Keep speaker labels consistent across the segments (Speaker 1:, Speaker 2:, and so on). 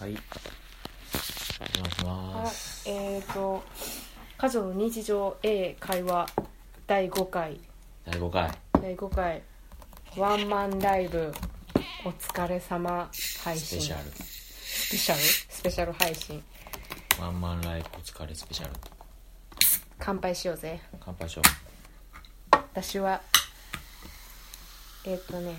Speaker 1: はい。お願いします。
Speaker 2: えっ、と家族の日常 A 会話第5回
Speaker 1: 第5回。
Speaker 2: 第5回ワンマンライブお疲れ様配
Speaker 1: ス
Speaker 2: 信
Speaker 1: ペシャル。
Speaker 2: スペシャルスペシャル配信
Speaker 1: ワンマンライブお疲れスペシャル。
Speaker 2: 乾杯しようぜ
Speaker 1: 乾杯しよ
Speaker 2: 私はえっ、とね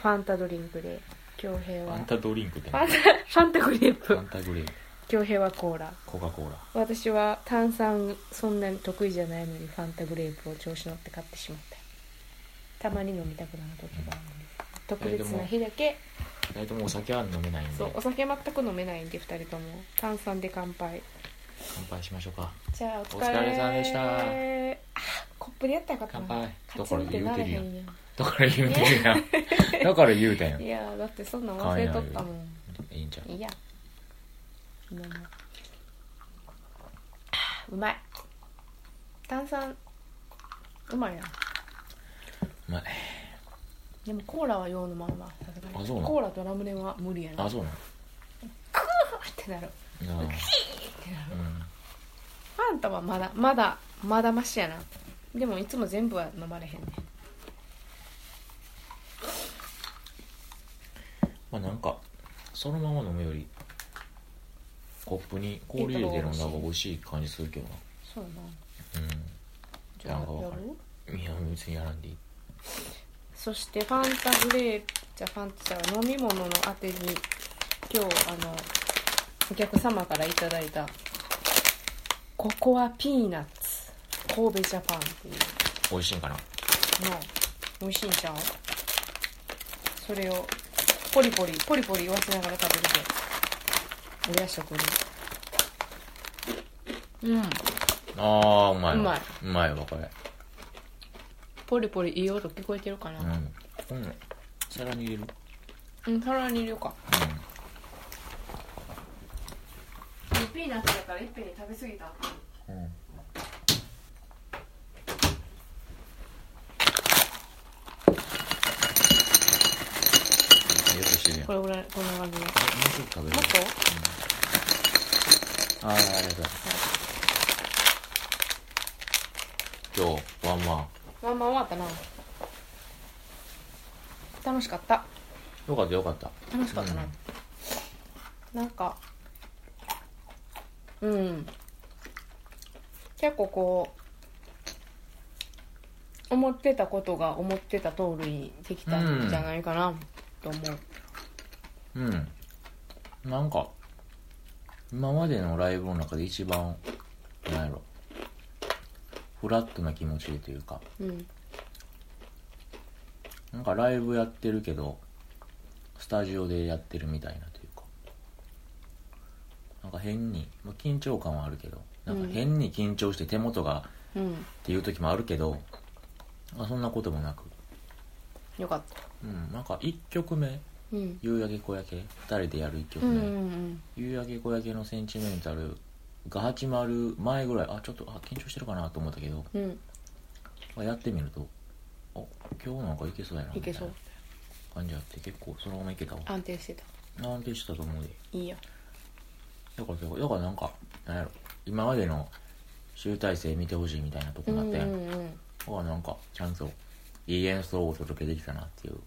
Speaker 2: ファンタドリンクで恭平
Speaker 1: う。
Speaker 2: は
Speaker 1: ファンタドリンクって
Speaker 2: ファ
Speaker 1: 何
Speaker 2: ンタファンタグレー
Speaker 1: フ
Speaker 2: プ
Speaker 1: ァンタグレープ。
Speaker 2: 恭平はコーラ
Speaker 1: コカ・コーラ。
Speaker 2: 私は炭酸そんなに得意じゃないのにファンタグレープを調子乗って買ってしまったたまに飲みたくなる時があるので特別な日だけ
Speaker 1: 意外ともうお酒は飲めないん
Speaker 2: そう
Speaker 1: で
Speaker 2: お、酒全く飲めないんで2人とも炭酸で乾杯
Speaker 1: 乾杯しましょうか。
Speaker 2: じゃあお疲れ
Speaker 1: お疲れ様でした
Speaker 2: あコップでやったらよかった
Speaker 1: 乾
Speaker 2: な
Speaker 1: 杯
Speaker 2: カチンってなれへんや
Speaker 1: だから言うてる やん。だから言うてんや
Speaker 2: ん
Speaker 1: ん。
Speaker 2: い
Speaker 1: い
Speaker 2: やだってそんなん忘れとったも
Speaker 1: いんじゃ
Speaker 2: ん
Speaker 1: ん。
Speaker 2: いいや飲もうあうまい炭酸うまいな
Speaker 1: うまい。
Speaker 2: でもコーラは用のまんまさすが
Speaker 1: あ
Speaker 2: に
Speaker 1: そうなの
Speaker 2: コーラとラムネは無理やな
Speaker 1: あ、
Speaker 2: ク
Speaker 1: そうな
Speaker 2: ー ってなる
Speaker 1: のなあ
Speaker 2: ってなる
Speaker 1: うん。
Speaker 2: ファンタはまだまだまだマシやなでもいつも全部は飲まれへんね
Speaker 1: まあなんか、そのまま飲むより、コップに氷入れて飲んだ方が美味しい感じするけどな。
Speaker 2: そうや
Speaker 1: う
Speaker 2: な
Speaker 1: ん。
Speaker 2: じゃあ
Speaker 1: なんかわ
Speaker 2: や
Speaker 1: かる
Speaker 2: る
Speaker 1: いや別にやらんでいい
Speaker 2: そしてファンタグレープじゃあファンタじゃあ飲み物のあてに今日あのお客様からいただいたココアピーナッツ神戸ジャパンっていう
Speaker 1: 美味しいんかな
Speaker 2: の美味しいんちゃうそれをポリポリポリポリ言わせながら食べるでお夜食にうん
Speaker 1: あーうまいわ
Speaker 2: うまいう
Speaker 1: まいわこれ
Speaker 2: ポリポリいい音聞こえてるか
Speaker 1: う
Speaker 2: な、
Speaker 1: んうん皿に入れる
Speaker 2: うん、皿に入れようかピーナッツだからいっぺんに食べ過ぎた
Speaker 1: うん、うん、よくしてるやん
Speaker 2: これぐらいこんな感じでもっ
Speaker 1: あもうちょっと食べる
Speaker 2: と
Speaker 1: ああありがとう今日ワンマン
Speaker 2: まんま終わったな楽しかった
Speaker 1: よかったよかった
Speaker 2: 楽しかったな、なんかうん結構こう思ってたことが思ってた通りにできたんじゃないかなと思う、
Speaker 1: うんなんか今までのライブの中で一番なんやろフラットな気持ちでというか
Speaker 2: うん
Speaker 1: なんかライブやってるけどスタジオでやってるみたいなというかなんか変に、まあ、緊張感はあるけどなんか変に緊張して手元が
Speaker 2: うん
Speaker 1: っていう時もあるけど、まあ、そんなこともなく、
Speaker 2: よかった
Speaker 1: うん、なんか1曲目
Speaker 2: う
Speaker 1: 「
Speaker 2: ん
Speaker 1: 夕焼け小焼け」2人でやる1曲
Speaker 2: うんう
Speaker 1: 目、
Speaker 2: んうん
Speaker 1: 夕焼け小焼けのセンチメンタルが始まる前ぐらいあちょっとあ緊張してるかなと思ったけど
Speaker 2: うん
Speaker 1: あやってみるとあ今日なんかいけそうやないみた
Speaker 2: け
Speaker 1: いな
Speaker 2: そう
Speaker 1: 感じあって結構そのままいけたわ
Speaker 2: 安定してた
Speaker 1: 安定してたと思うで
Speaker 2: いいよ
Speaker 1: だからだからだからなんかなんやろ今までの集大成見てほしいみたいなとこ
Speaker 2: う
Speaker 1: に
Speaker 2: ん
Speaker 1: な
Speaker 2: う
Speaker 1: ったや
Speaker 2: ん
Speaker 1: ん、
Speaker 2: うん
Speaker 1: だからなんかちゃんといい演奏をお届けできたなっていう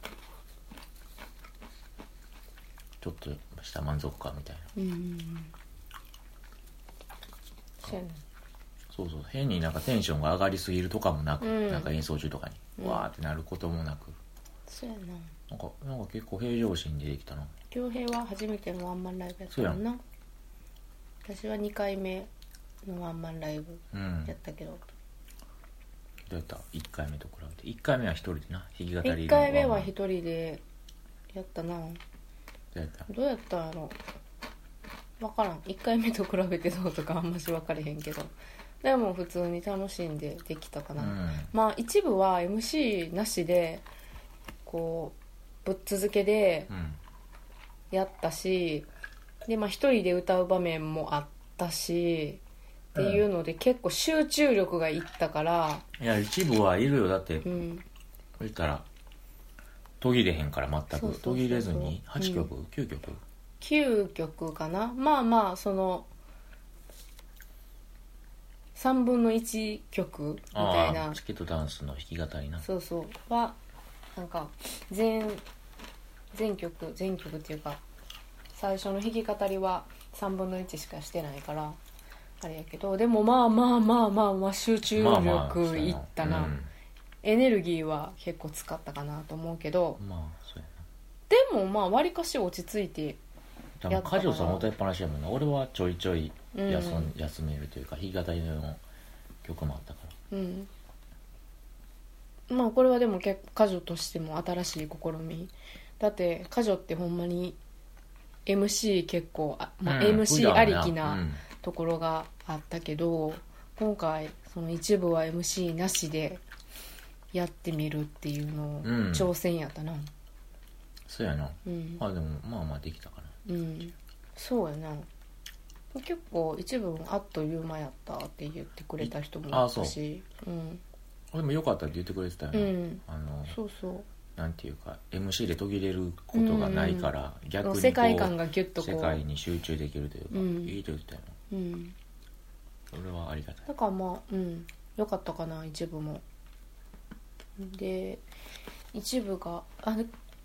Speaker 1: ちょっとした満足感みたいな
Speaker 2: うんうんうんそうやね
Speaker 1: そうそう変になんかテンションが上がりすぎるとかもなく、
Speaker 2: うん
Speaker 1: なんか演奏中とかに、
Speaker 2: うん
Speaker 1: わーってなることもなく
Speaker 2: そうやな
Speaker 1: なんかなんか結構平常心でできたな
Speaker 2: 恭平は初めてのワンマンライブやったもんな私は2回目のワンマンライブ
Speaker 1: うんど
Speaker 2: やったけど、
Speaker 1: うやった1回目と比べて1回目は1人でな弾き語りの
Speaker 2: 1回目は
Speaker 1: ワンマ
Speaker 2: 1
Speaker 1: ン
Speaker 2: 人でやったな
Speaker 1: どうやった
Speaker 2: どうやったんやろ分からん1回目と比べてどうとかあんまし分かれへんけどでも普通に楽しんでできたかな、
Speaker 1: う
Speaker 2: まあ一部は MC なしでこうぶっ続けで
Speaker 1: んうん
Speaker 2: やったしでまあ一人で歌う場面もあったしっていうので結構集中力がいったから
Speaker 1: いや一部はいるよだって
Speaker 2: うん
Speaker 1: 言ったら途切れへんから全く
Speaker 2: そうそうそうそう
Speaker 1: 途切れずに8曲、
Speaker 2: う
Speaker 1: 9曲
Speaker 2: 9曲かなまあまあその3分の1曲みたい
Speaker 1: あ
Speaker 2: な
Speaker 1: あチケットダンスの弾き語りな
Speaker 2: そうそうはなんか全全曲全曲っていうか最初の弾き語りは3分の1しかしてないからあれやけどでもまあまあまあまあ、まあ、集中
Speaker 1: まあまあ
Speaker 2: 力いったな、エネルギーは結構使ったかなと思うけど
Speaker 1: うん、まあそうや
Speaker 2: でもまあわりかし落ち着いて
Speaker 1: な多
Speaker 2: やっ
Speaker 1: 分
Speaker 2: たかな
Speaker 1: カジオさん歌いっぱなしやもんな俺はちょいちょい
Speaker 2: うん
Speaker 1: 休,、ん、休めるというか弾き語りの曲もあったから
Speaker 2: うんまあこれはでも結構家女としても新しい試みだって家女ってほんまに MC 結構あ、まあ、
Speaker 1: うん
Speaker 2: MC ありきな、
Speaker 1: うん
Speaker 2: ところがあったけど今回その一部は MC なしでやってみるっていうのを
Speaker 1: うん
Speaker 2: 挑戦やったな
Speaker 1: そうやな
Speaker 2: うん、
Speaker 1: あでもまあまあできたかな
Speaker 2: うん、そうやな結構一部もあっという間やったって言ってくれた人もい
Speaker 1: あ
Speaker 2: たしうん、
Speaker 1: あでもよかったって言ってくれてたよ
Speaker 2: う
Speaker 1: ね、
Speaker 2: ん、
Speaker 1: あの
Speaker 2: そうそう
Speaker 1: なんていうか MC で途切れることがないから、逆にこう
Speaker 2: 世界観がギュッとこう
Speaker 1: 世界に集中できるというか、
Speaker 2: うん
Speaker 1: いいと言ってたよな
Speaker 2: うん、
Speaker 1: それはありがたい
Speaker 2: だからまあうんよかったかな一部もで一部があの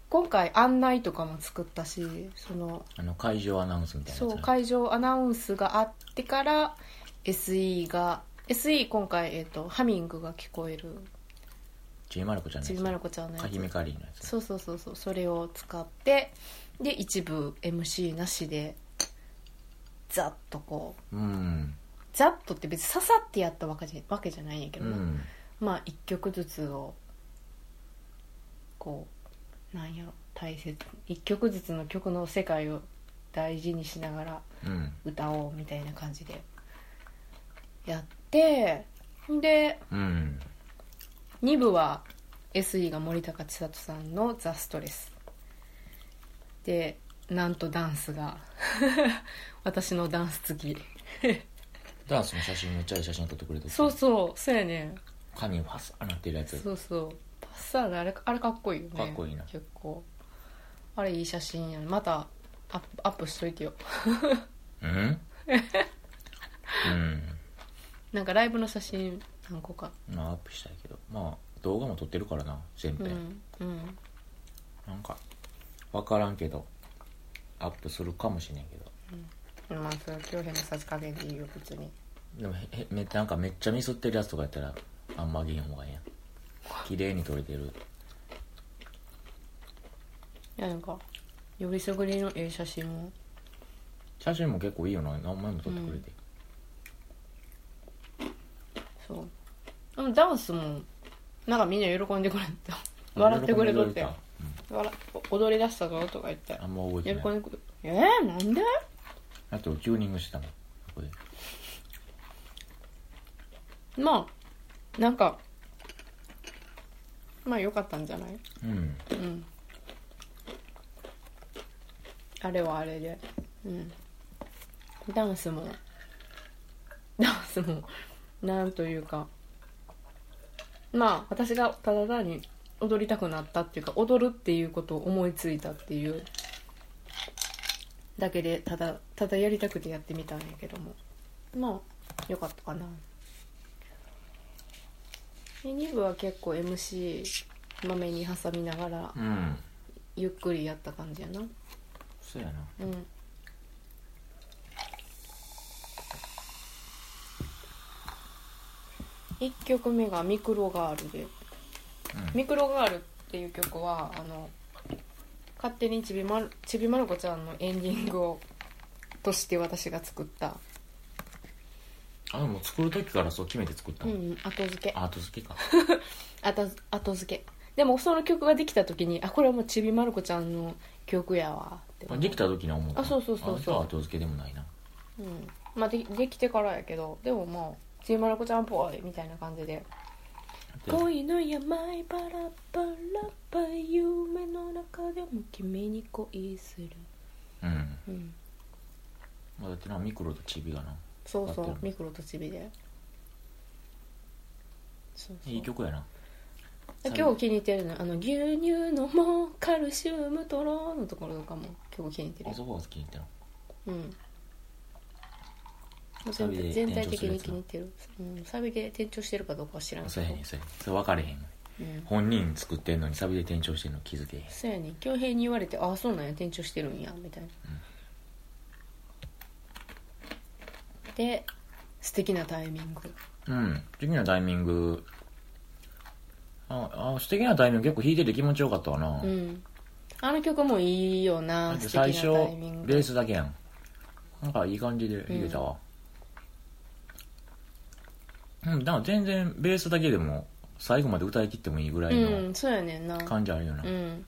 Speaker 2: 今回案内とかも作ったしその
Speaker 1: あの会場アナウンスみたいな
Speaker 2: そう
Speaker 1: な
Speaker 2: 会場アナウンスがあってから SE が SE 今回、えー、とハミングが聞こえる
Speaker 1: ちびまる子ちゃんの
Speaker 2: ち
Speaker 1: や
Speaker 2: び
Speaker 1: つ
Speaker 2: まる子ちゃんのや
Speaker 1: かひめ
Speaker 2: つ
Speaker 1: かりんのやつ
Speaker 2: そうそうそうそうそれを使ってで一部 MC なしでざっとこう
Speaker 1: うん
Speaker 2: ざっとって別にささってやったわけじゃわけじゃないんやけ
Speaker 1: う
Speaker 2: どな、
Speaker 1: ん
Speaker 2: まあ一曲ずつをこうなんやろ大切一曲ずつの曲の世界を大事にしながら
Speaker 1: うん
Speaker 2: 歌おうみたいな感じでやってで
Speaker 1: うん
Speaker 2: 2部は SE が森高千里さんの「ザ・ストレスでなんとダンスが 私のダンス付き
Speaker 1: ダンスの写真めっちゃいい写真撮ってくれて
Speaker 2: そうそうそうやねん
Speaker 1: 髪ファサーなってるやつ
Speaker 2: そうそうパッサーであれあれかっこいいよね
Speaker 1: かっこいいな
Speaker 2: 結構あれいい写真やねまたアップアップしといてよ
Speaker 1: うんうん
Speaker 2: なんかライブの写真何個か
Speaker 1: まあアップしたいけどまあ動画も撮ってるからな全
Speaker 2: う
Speaker 1: 編、
Speaker 2: んうん
Speaker 1: なんか分からんけどアップするかもしれんけど
Speaker 2: まあそれは京平のさじ加減でいいよ別に
Speaker 1: でもへへめなんかめっちゃミスってるやつとかやったらあんまあげん方がええやん綺麗に撮れてる
Speaker 2: いやなんかよりすぐりのええ写真を
Speaker 1: 写真も結構いいよな何枚も撮ってくれて、
Speaker 2: そうでもダンスもなんかみんな喜んでくれた笑ってくれとっ
Speaker 1: 喜ん
Speaker 2: て
Speaker 1: で
Speaker 2: 笑踊り出したぞとか言って
Speaker 1: た、うん、あんま覚え
Speaker 2: 喜
Speaker 1: て
Speaker 2: んで
Speaker 1: ない
Speaker 2: くれえー、なんで
Speaker 1: あとチューニングしてたもんここで
Speaker 2: まあなんかまあ良かったんじゃない
Speaker 1: うん
Speaker 2: うんあれはあれでうんダンスもダンスもなんというかまあ私がただ単に踊りたくなったっていうか踊るっていうことを思いついたっていうだけでただただやりたくてやってみたんやけどもまあよかったかな2部は結構 MC まめに挟みながら
Speaker 1: うん
Speaker 2: ゆっくりやった感じやなう
Speaker 1: そうやなん
Speaker 2: 1曲目が「ミクロガールで」
Speaker 1: うん
Speaker 2: ミクロガール」っていう曲はあの勝手にちびまるちびまる子ちゃんのエンディングをとして私が作った、
Speaker 1: あでも作る時からそう決めて作った
Speaker 2: う
Speaker 1: の、
Speaker 2: ん、後付け
Speaker 1: アート付けか
Speaker 2: 後後付けでもその曲ができた時にあこれはもうちびまる子ちゃんの曲やわって
Speaker 1: できた時には思った
Speaker 2: あそうそうそうそう
Speaker 1: あじゃあ後付けでもないな
Speaker 2: うんまあでできてからやけどでもまあちびまる子ちゃんっぽいみたいな感じで「
Speaker 1: で
Speaker 2: 恋の病バラバラバラ夢の中でも君に恋する
Speaker 1: うん」
Speaker 2: うん
Speaker 1: まあだってなミクロとチビがな
Speaker 2: そうそ
Speaker 1: 合って
Speaker 2: う
Speaker 1: る
Speaker 2: ミクロとちびでそうそう
Speaker 1: いい曲やな
Speaker 2: 今日気に入ってるのあの牛乳のもカルシウムとろのところとかも今日気に入ってる
Speaker 1: あそこが気に入ってる
Speaker 2: うんもう全体全体的に気に入ってる、うん、サビで転調してるかどうかは知らん
Speaker 1: の
Speaker 2: け
Speaker 1: そう
Speaker 2: ど
Speaker 1: やねんそうやねんそれ分かれへん
Speaker 2: うん、
Speaker 1: 本人作ってんのにサビで転調してんの気づけへん
Speaker 2: そうやね恭平に言われてああそうなんや転調してるんやみたいな、で素敵なタイミング
Speaker 1: うん素敵なタイミングああ素敵なタイミング結構弾いてて気持ちよかったわな、
Speaker 2: うんあの曲もいいよ
Speaker 1: だ
Speaker 2: な
Speaker 1: って
Speaker 2: 素
Speaker 1: 最
Speaker 2: 敵
Speaker 1: 初
Speaker 2: なタイミン
Speaker 1: ベー
Speaker 2: グ
Speaker 1: スだけやんなんかいい感じで弾けたわうん、だから全然ベースだけでも最後まで歌い切ってもいいぐらいうの
Speaker 2: んそうやねんな
Speaker 1: 感じあるよな、
Speaker 2: うん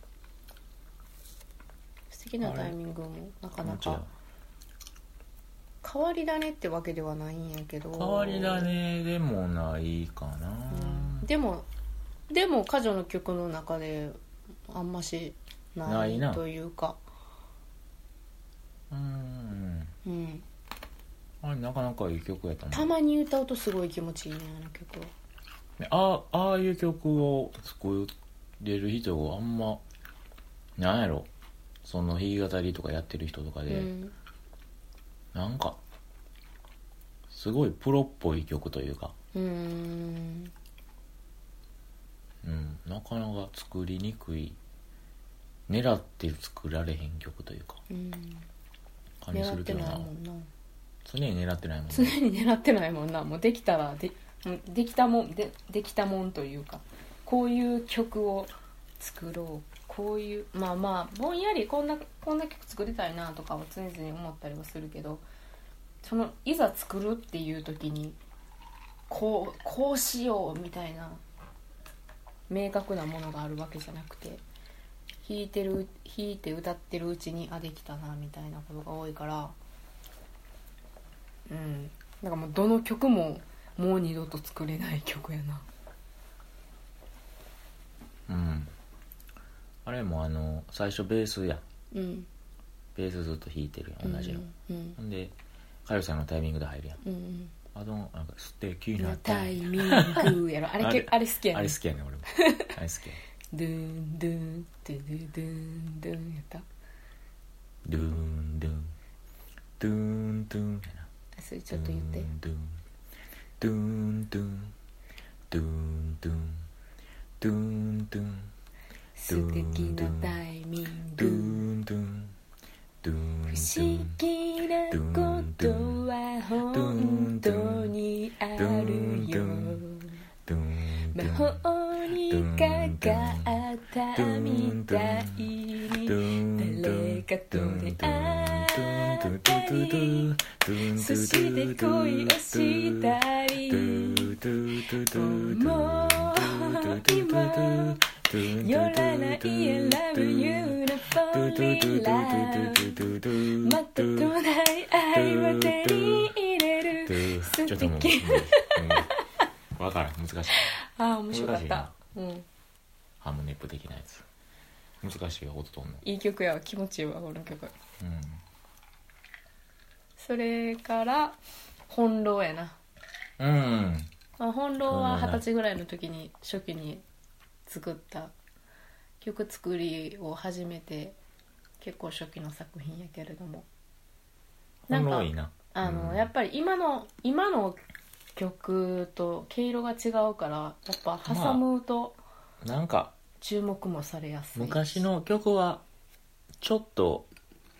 Speaker 2: 素敵なタイミングもなか
Speaker 1: 気
Speaker 2: な
Speaker 1: 持ちいいわ
Speaker 2: か変わり種ってわけではないんやけど
Speaker 1: 変わり種でもないかな、
Speaker 2: うんでもでも彼女の曲の中であんまし
Speaker 1: な
Speaker 2: ないい
Speaker 1: な
Speaker 2: というか
Speaker 1: うん
Speaker 2: うん、
Speaker 1: あれなかなかいい曲やと
Speaker 2: た
Speaker 1: 思う
Speaker 2: まに歌うとすごい気持ちいいねあの曲は
Speaker 1: でああああいう曲を作れる人があんまなんやろその弾き語りとかやってる人とか
Speaker 2: う
Speaker 1: で、
Speaker 2: ん
Speaker 1: なんかすごいプロっぽい曲というか、
Speaker 2: うーん
Speaker 1: うん、なかなか作りにくい狙って作られへん曲というか
Speaker 2: うん
Speaker 1: 感じす
Speaker 2: 狙っ
Speaker 1: る
Speaker 2: て
Speaker 1: けど
Speaker 2: な
Speaker 1: ない
Speaker 2: もんな
Speaker 1: 常に狙ってないもん
Speaker 2: 常
Speaker 1: ね
Speaker 2: に狙ってないもんなもうできたらでもうできたもんでできたもんというかこういう曲を作ろうこういうまあまあぼんやりこんなこんな曲作りたいなとかは常々思ったりはするけどそのいざ作るっていう時にこうこうしようみたいな明確なものがあるわけじゃなくて弾いてる弾いて歌ってるうちにあできたなみたいなことが多いからうんだからもうどの曲ももう二度と作れない曲やな
Speaker 1: うんあれもあの最初ベースや
Speaker 2: うん
Speaker 1: ベースずっと弾いてるやん同じの、
Speaker 2: うん
Speaker 1: ほんで佳代さんのタイミングで入るやん
Speaker 2: うん
Speaker 1: あのなんか素敵な
Speaker 2: の
Speaker 1: タ
Speaker 2: タ
Speaker 1: イ
Speaker 2: イ
Speaker 1: ミン
Speaker 2: ミングやろあれ
Speaker 1: あ
Speaker 2: あ
Speaker 1: れ
Speaker 2: れあれ好き
Speaker 1: グあ
Speaker 2: やね
Speaker 1: れ好きやね 俺もあれ好きや
Speaker 2: ドゥンドゥンドゥドゥドゥンドゥンやった
Speaker 1: ドゥーンドゥンドゥーンドゥンやな
Speaker 2: あそれちょっと言って
Speaker 1: ドゥーンドゥンドゥーンドゥンドゥーンドゥン
Speaker 2: 素敵なタイミン
Speaker 1: ドゥー
Speaker 2: グ
Speaker 1: ンドゥンドゥーンドゥンドゥ
Speaker 2: 不
Speaker 1: ー
Speaker 2: 思
Speaker 1: ン
Speaker 2: 議なことは本当にあるよ
Speaker 1: ドゥーンド
Speaker 2: 魔
Speaker 1: ゥン
Speaker 2: 法にかかったみたいに
Speaker 1: 誰かと出会いそ
Speaker 2: そ
Speaker 1: し
Speaker 2: してて
Speaker 1: 恋
Speaker 2: 恋
Speaker 1: を
Speaker 2: を
Speaker 1: し
Speaker 2: したた
Speaker 1: り
Speaker 2: り
Speaker 1: もう今
Speaker 2: 寄
Speaker 1: 寄
Speaker 2: ら
Speaker 1: ら
Speaker 2: な
Speaker 1: ないい I
Speaker 2: I love
Speaker 1: love
Speaker 2: you
Speaker 1: you
Speaker 2: な Only love またとない愛は手に入れる
Speaker 1: ちょっともう、うん、分からん難しい
Speaker 2: ああ面白かっ
Speaker 1: 難しい
Speaker 2: た
Speaker 1: な
Speaker 2: うん
Speaker 1: ハムネップ的なやつ難しいよ音とんの
Speaker 2: いい曲やわ気持ちいいわこの曲
Speaker 1: うん
Speaker 2: それから翻弄やな
Speaker 1: うん
Speaker 2: まあ、本論は二十歳ぐらいの時に初期に作った曲作りを始めて結構初期の作品やけれどもなん
Speaker 1: 本
Speaker 2: か
Speaker 1: 能いいな
Speaker 2: あの、
Speaker 1: うん
Speaker 2: やっぱり今の今の曲と毛色が違うからやっぱ挟むと
Speaker 1: なんか
Speaker 2: 注目もされやすい、
Speaker 1: 昔の曲はちょっと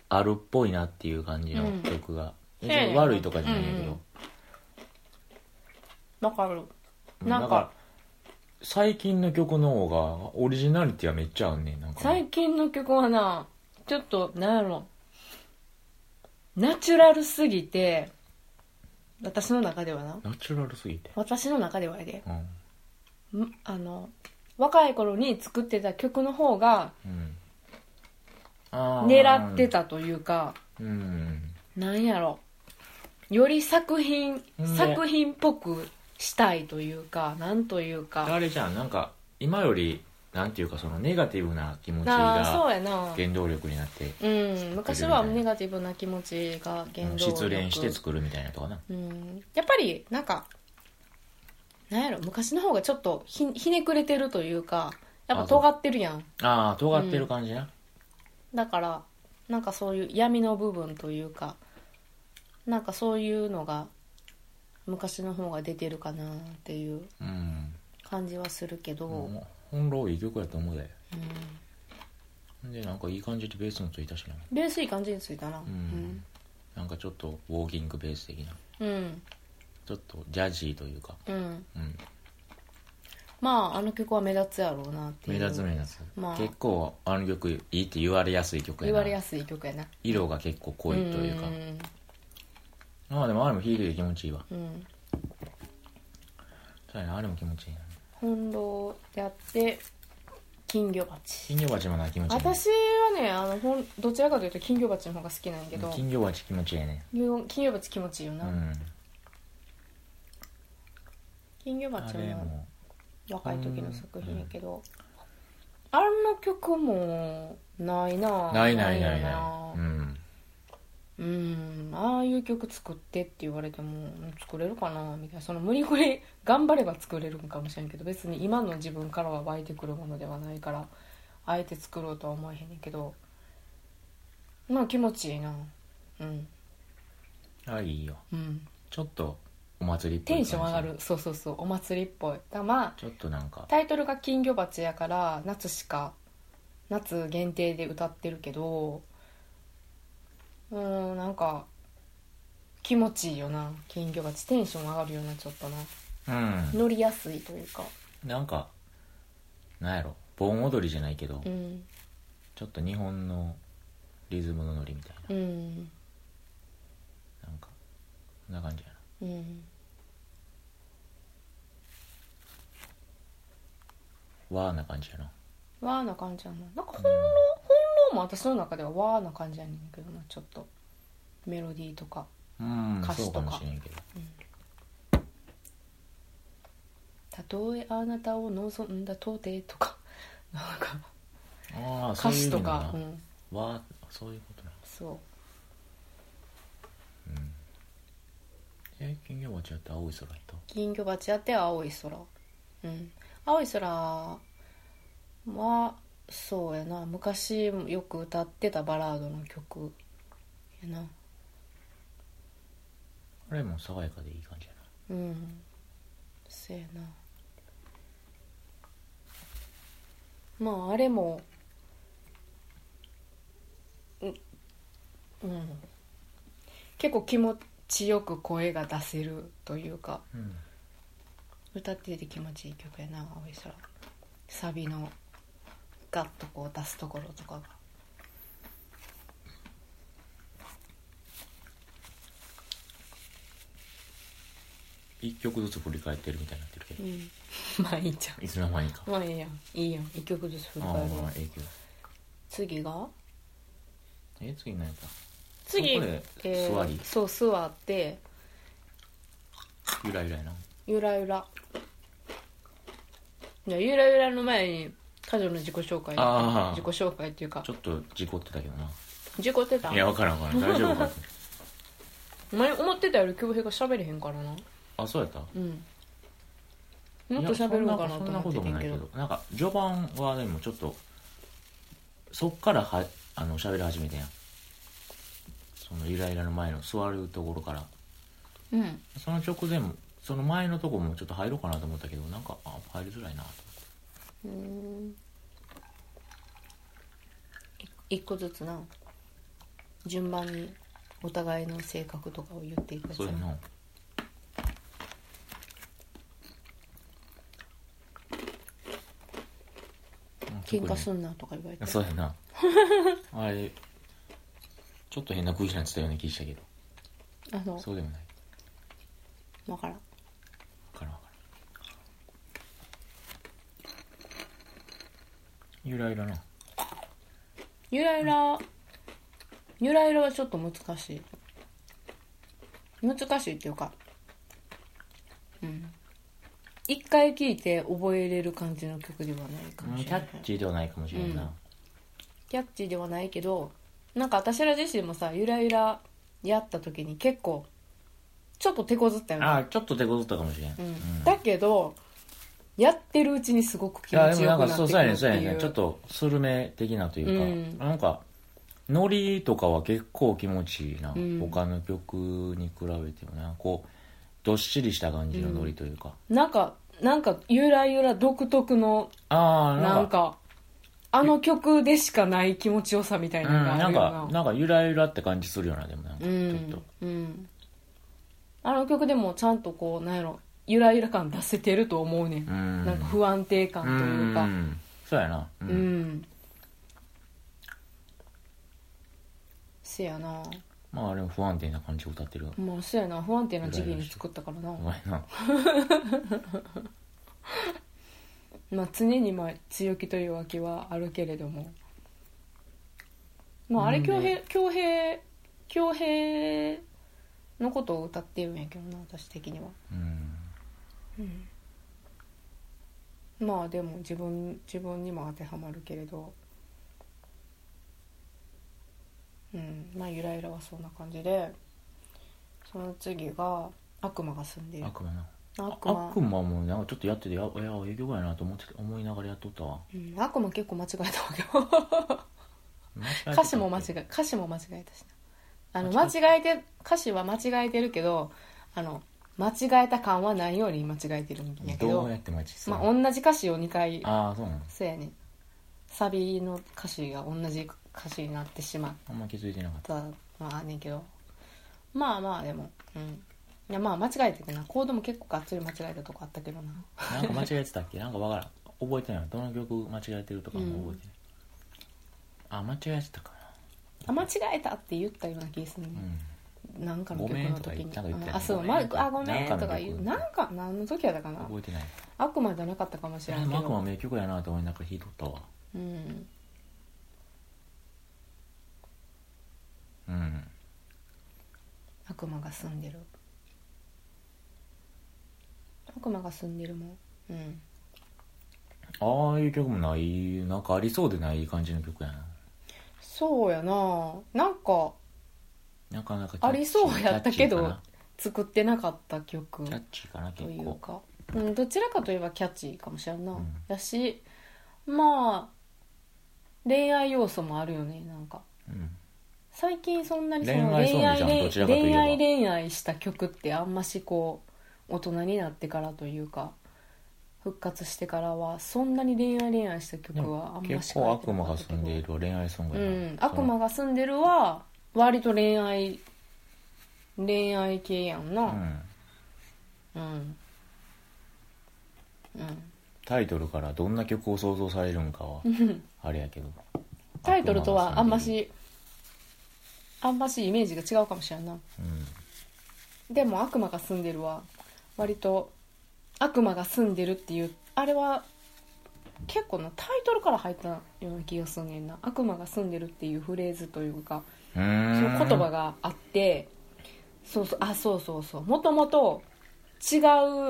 Speaker 1: あるっぽいなっていう感じの曲が、
Speaker 2: うん
Speaker 1: 別に悪いとかじゃないんだけど、
Speaker 2: うんだから
Speaker 1: うん
Speaker 2: なんか
Speaker 1: だら最近の曲の方がオリジナリティはめっちゃあんねんなんか
Speaker 2: 最近の曲はなちょっとなんやろナチュラルすぎて私の中ではな
Speaker 1: ナチュラルすぎて、
Speaker 2: 私の中ではやで
Speaker 1: うん
Speaker 2: んあの若い頃に作ってた曲の方が
Speaker 1: うん、あー
Speaker 2: 狙ってたというか、
Speaker 1: うん
Speaker 2: なんやろより作品、
Speaker 1: うん
Speaker 2: 作品っぽくしたいというかなんというか
Speaker 1: あれじゃんなんか今よりなんていうかそのネガティブな気持ち
Speaker 2: ああそう
Speaker 1: が
Speaker 2: やな
Speaker 1: 原動力になって
Speaker 2: うん昔はネガティブな気持ちが原動力
Speaker 1: 失恋して作るみたいなとかな
Speaker 2: うんやっぱりなんかなんやろ昔の方がちょっとひひねくれてるというかやっぱ
Speaker 1: あそう
Speaker 2: 尖ってるやん
Speaker 1: ああ尖ってる感じな、
Speaker 2: だからなんかそういう闇の部分というかなんかそういうのが昔の方が出てるかなっていう
Speaker 1: うん
Speaker 2: 感じはするけど、うん
Speaker 1: もう翻弄いい曲やと思うででなんかいい感じでベースもついたしな
Speaker 2: ベースいい感じについたな
Speaker 1: うん、なんかちょっとウォーキングベース的な
Speaker 2: うん、うん
Speaker 1: ちょっとジャジーというか、
Speaker 2: うん
Speaker 1: うん、
Speaker 2: まああの曲は目立つやろうなってい
Speaker 1: 目
Speaker 2: う
Speaker 1: 立つ目立つ、
Speaker 2: まあ
Speaker 1: 結構あの曲いいって言われやすい曲やな
Speaker 2: 言われやすい曲やな
Speaker 1: 色が結構濃いというか
Speaker 2: ん
Speaker 1: まあでもあれも弾いてて気持ちいいわ
Speaker 2: うん
Speaker 1: そうやなあれも気持ちいいな
Speaker 2: 翻弄やって金魚鉢
Speaker 1: 金魚鉢もな気持ちいいな
Speaker 2: 私はねあのほんどちらかというと金魚鉢の方が好きなんやけど
Speaker 1: 金魚鉢気持ちいいね
Speaker 2: 金金魚鉢気持ちいいよ
Speaker 1: う
Speaker 2: な、
Speaker 1: ん
Speaker 2: 金魚
Speaker 1: あ
Speaker 2: 鉢
Speaker 1: れ
Speaker 2: も
Speaker 1: も
Speaker 2: 若い時の作品やけど、あんな曲もないな
Speaker 1: ないないない
Speaker 2: よ
Speaker 1: ないうん
Speaker 2: うんああいう曲作ってって言われてもうん作れるかなみたいなその無理くり頑張れば作れるんかもしれんけど別に今の自分からは湧いてくるものではないからあえて作ろうとは思えへんねんけどまあ気持ちいいなうん
Speaker 1: あれいいよ
Speaker 2: うん
Speaker 1: ちょっとお祭りっぽい
Speaker 2: テ
Speaker 1: 感
Speaker 2: ン
Speaker 1: じ
Speaker 2: ション上がるそうそうそうお祭りっぽいだからまあ
Speaker 1: ちょっとなんか
Speaker 2: タイトルが「金魚鉢」やから夏しか夏限定で歌ってるけどうーんなんか気持ちいいよな金魚鉢テンション上がるよなちょっとな
Speaker 1: うん
Speaker 2: 乗りやすいというか
Speaker 1: なんかなんやろ盆踊りじゃないけど
Speaker 2: うん
Speaker 1: ちょっと日本のリズムのノリみたい
Speaker 2: うん
Speaker 1: ななんかこんな感じやな
Speaker 2: うん
Speaker 1: わーな感じやな
Speaker 2: わーな感じやななんか翻弄翻弄も私の中ではわーな感じやねんけどなちょっとメロディーとか
Speaker 1: うん
Speaker 2: 歌詞
Speaker 1: そうかも
Speaker 2: とか
Speaker 1: しれんけど
Speaker 2: 「たとえあなたを望んだとて」とかなんか
Speaker 1: ああ
Speaker 2: 歌詞とか
Speaker 1: そういう意味
Speaker 2: うん
Speaker 1: だなわーそういうことな
Speaker 2: そう
Speaker 1: え金魚鉢やって青い空やった
Speaker 2: 金魚鉢やって青い空うん青い空はそうやな昔よく歌ってたバラードの曲やな
Speaker 1: あれも爽やかでいい感じやな
Speaker 2: うんそうやなまああれもううん結構気持ちよく声が出せるというか
Speaker 1: うん
Speaker 2: 歌ってて気持ちいい曲やな青い空サビのガッとこう出すところとかが
Speaker 1: 一曲ずつ振り返ってるみたいになってるけ
Speaker 2: う
Speaker 1: ど
Speaker 2: んまあいいじゃ
Speaker 1: いつの間にか
Speaker 2: んまあいいやんいいやん一曲ずつ振
Speaker 1: あ
Speaker 2: り返る
Speaker 1: あ影響
Speaker 2: 次が
Speaker 1: え次何やった
Speaker 2: 次
Speaker 1: これ
Speaker 2: えー
Speaker 1: 座り
Speaker 2: そう座って
Speaker 1: ゆらゆらやな
Speaker 2: ゆらゆらいやゆらゆらの前に彼女の自己紹介
Speaker 1: あー
Speaker 2: 自己紹介っていうか
Speaker 1: ちょっと事故ってたけどな
Speaker 2: 事故ってた
Speaker 1: いや分からん分 からん大丈夫か
Speaker 2: お前思ってたより恭平が喋れへんからな
Speaker 1: あそうやった
Speaker 2: うんもっと喋るのかなと
Speaker 1: いやそんな
Speaker 2: 思
Speaker 1: こ
Speaker 2: って
Speaker 1: と
Speaker 2: た
Speaker 1: も
Speaker 2: ん
Speaker 1: ない
Speaker 2: け
Speaker 1: け
Speaker 2: ど
Speaker 1: どなんか序盤はでもちょっとそっからはあの喋り始めたやんそのイライラの前の座るところから
Speaker 2: うん
Speaker 1: その直前もその前のとこもちょっと入ろうかなと思ったけどなんかあ入りづらいなと
Speaker 2: うーんい一個ずつな順番にお互いの性格とかを言っていくやつ
Speaker 1: そうや
Speaker 2: な
Speaker 1: な
Speaker 2: 喧嘩す
Speaker 1: る
Speaker 2: んなとか言われて
Speaker 1: そうやな あれちょっと変な空気なんて言ったような気したけど
Speaker 2: あの
Speaker 1: そうでもない
Speaker 2: 分からん
Speaker 1: わからんわからんゆらゆらな
Speaker 2: ゆらゆらゆらゆらはちょっと難しい難しいっていうかうん一回聴いて覚えれる感じの曲ではないかも
Speaker 1: うん
Speaker 2: しれ
Speaker 1: キ
Speaker 2: な
Speaker 1: ャ
Speaker 2: い
Speaker 1: ッチではないかもしれんな、
Speaker 2: うんキャッチーではないけどなんか私ら自身もさゆらゆらやった時に結構ちょっと手こずったよね
Speaker 1: ああちょっと手こずったかもしれん、
Speaker 2: う
Speaker 1: うんん
Speaker 2: だけどやってるうちにすごく
Speaker 1: い
Speaker 2: 気
Speaker 1: や
Speaker 2: 持
Speaker 1: で
Speaker 2: ち
Speaker 1: も
Speaker 2: よ
Speaker 1: な
Speaker 2: く
Speaker 1: ん
Speaker 2: な
Speaker 1: か
Speaker 2: ってく
Speaker 1: そ
Speaker 2: る
Speaker 1: うそうやねんそうや
Speaker 2: ってい
Speaker 1: ねんちょっとスルメ的なというか、
Speaker 2: うん
Speaker 1: なんかノリとかは結構気持ちいいな、
Speaker 2: うん
Speaker 1: 他の曲に比べてもなこうどっしりした感じのノリというか、
Speaker 2: なんかなんかゆらゆら独特の
Speaker 1: ああ
Speaker 2: なんかあの曲でしかない気持ちよさみたい
Speaker 1: うん
Speaker 2: なのが
Speaker 1: な
Speaker 2: あ
Speaker 1: ん
Speaker 2: るよ
Speaker 1: かなんかゆらゆらって感じするよなでもなんかち
Speaker 2: う
Speaker 1: ょっ
Speaker 2: ん
Speaker 1: と、、
Speaker 2: うん、あの曲でもちゃんとこうなんやろゆらゆら感出せてると思うねん、
Speaker 1: うん、
Speaker 2: なんか不安定感というか
Speaker 1: んそうやな、う
Speaker 2: うん、
Speaker 1: ん
Speaker 2: せやな
Speaker 1: まああれも不安定な感じを歌ってる
Speaker 2: もうせやな不安定な時期に作ったからな
Speaker 1: お前な
Speaker 2: まあ、常にまあ強気というわけはあるけれども、まあ、あれ
Speaker 1: うん
Speaker 2: 恭平恭平恭平のことを歌ってるんやけどな私的には、
Speaker 1: うん
Speaker 2: まあでも自分自分にも当てはまるけれどうんまあゆらゆらはそんな感じでその次が悪魔が住んでいる
Speaker 1: 悪魔な
Speaker 2: 悪魔
Speaker 1: 悪魔もなんかちょっとやっててやいやええ曲やなと思って思いながらやっとったわ
Speaker 2: うん、悪魔結構間違えたわけよ歌詞も間違え歌詞も間違えたしなあの間
Speaker 1: 間違
Speaker 2: 違えて歌詞は間違えてるけどあの間違えた感はないように間違えてるんやけ
Speaker 1: ど
Speaker 2: ど
Speaker 1: うやって間違え
Speaker 2: まあ、同じ歌詞を2回
Speaker 1: ああそうなの
Speaker 2: そうやねサビの歌詞が同じ歌詞になってしまっ
Speaker 1: あんま気づいてなかった
Speaker 2: たのはあんねんけどまあまあでもうんいやまあ間違えててなコードも結構がっつり間違えたとこあったけどな
Speaker 1: なんか間違えてたっけなんかわからん覚えてないどの曲間違えてるとかも覚えてない、あ間違えてたか
Speaker 2: あ間違えたって言ったような気がするね、
Speaker 1: なうん
Speaker 2: なんかの曲
Speaker 1: ご
Speaker 2: の時に
Speaker 1: めんとか言ったなんか言ったよね
Speaker 2: あそう
Speaker 1: ご
Speaker 2: ま
Speaker 1: め
Speaker 2: あ
Speaker 1: んとか
Speaker 2: あごめんとか言う
Speaker 1: な
Speaker 2: なんか何の時やったかな
Speaker 1: 覚えてない
Speaker 2: 悪魔じゃなかったかもしれない
Speaker 1: で
Speaker 2: け
Speaker 1: も悪魔
Speaker 2: ど
Speaker 1: 名曲やなと思いながら弾いとったわ
Speaker 2: うん
Speaker 1: うん
Speaker 2: 悪魔が住んでる悪魔が住んでるもんうん
Speaker 1: ああいう曲もないなんかありそうでない感じの曲やな
Speaker 2: そうやななんか
Speaker 1: なかなかキャッチー
Speaker 2: ありそうやったけど
Speaker 1: キャッ
Speaker 2: 作ってなかった曲
Speaker 1: チーかなキャッチーかな
Speaker 2: とい
Speaker 1: 結
Speaker 2: う
Speaker 1: 構
Speaker 2: か、うん、どちらかといえばキャッチーかもしれんな、
Speaker 1: うん
Speaker 2: やしまあ恋愛要素もあるよねなんか
Speaker 1: うん
Speaker 2: 最近そんなにその
Speaker 1: 恋愛ソングじゃ
Speaker 2: 恋愛
Speaker 1: ん
Speaker 2: 恋
Speaker 1: どちらかといえば
Speaker 2: 恋愛恋愛した曲ってあんましこう大人になってからというか復活してからはそんなに恋愛恋愛した曲
Speaker 1: で
Speaker 2: は
Speaker 1: も
Speaker 2: あんまし
Speaker 1: 結
Speaker 2: 書い
Speaker 1: 構
Speaker 2: て
Speaker 1: 悪
Speaker 2: な
Speaker 1: 魔
Speaker 2: か
Speaker 1: が
Speaker 2: ったけ
Speaker 1: 住
Speaker 2: ど
Speaker 1: んでいる恋愛ソング
Speaker 2: う
Speaker 1: やな、
Speaker 2: ん、
Speaker 1: その
Speaker 2: 悪魔が住んでるは割と恋愛恋愛系やん
Speaker 1: う
Speaker 2: な、
Speaker 1: ん
Speaker 2: うんうん
Speaker 1: タイトルからどんな曲を想像されるんかはあれやけど
Speaker 2: タイトルとはあんま、しあんましイメージが違うかもしれんな
Speaker 1: うん、
Speaker 2: でも「悪魔が住んでる」は割と「悪魔が住んでる」っていうあれは結構なタイトルから入ったような気がすんねんな「悪魔が住んでる」っていうフレーズというか
Speaker 1: そ
Speaker 2: そ
Speaker 1: の
Speaker 2: の言葉があってそうそうあそうそうそうもともと違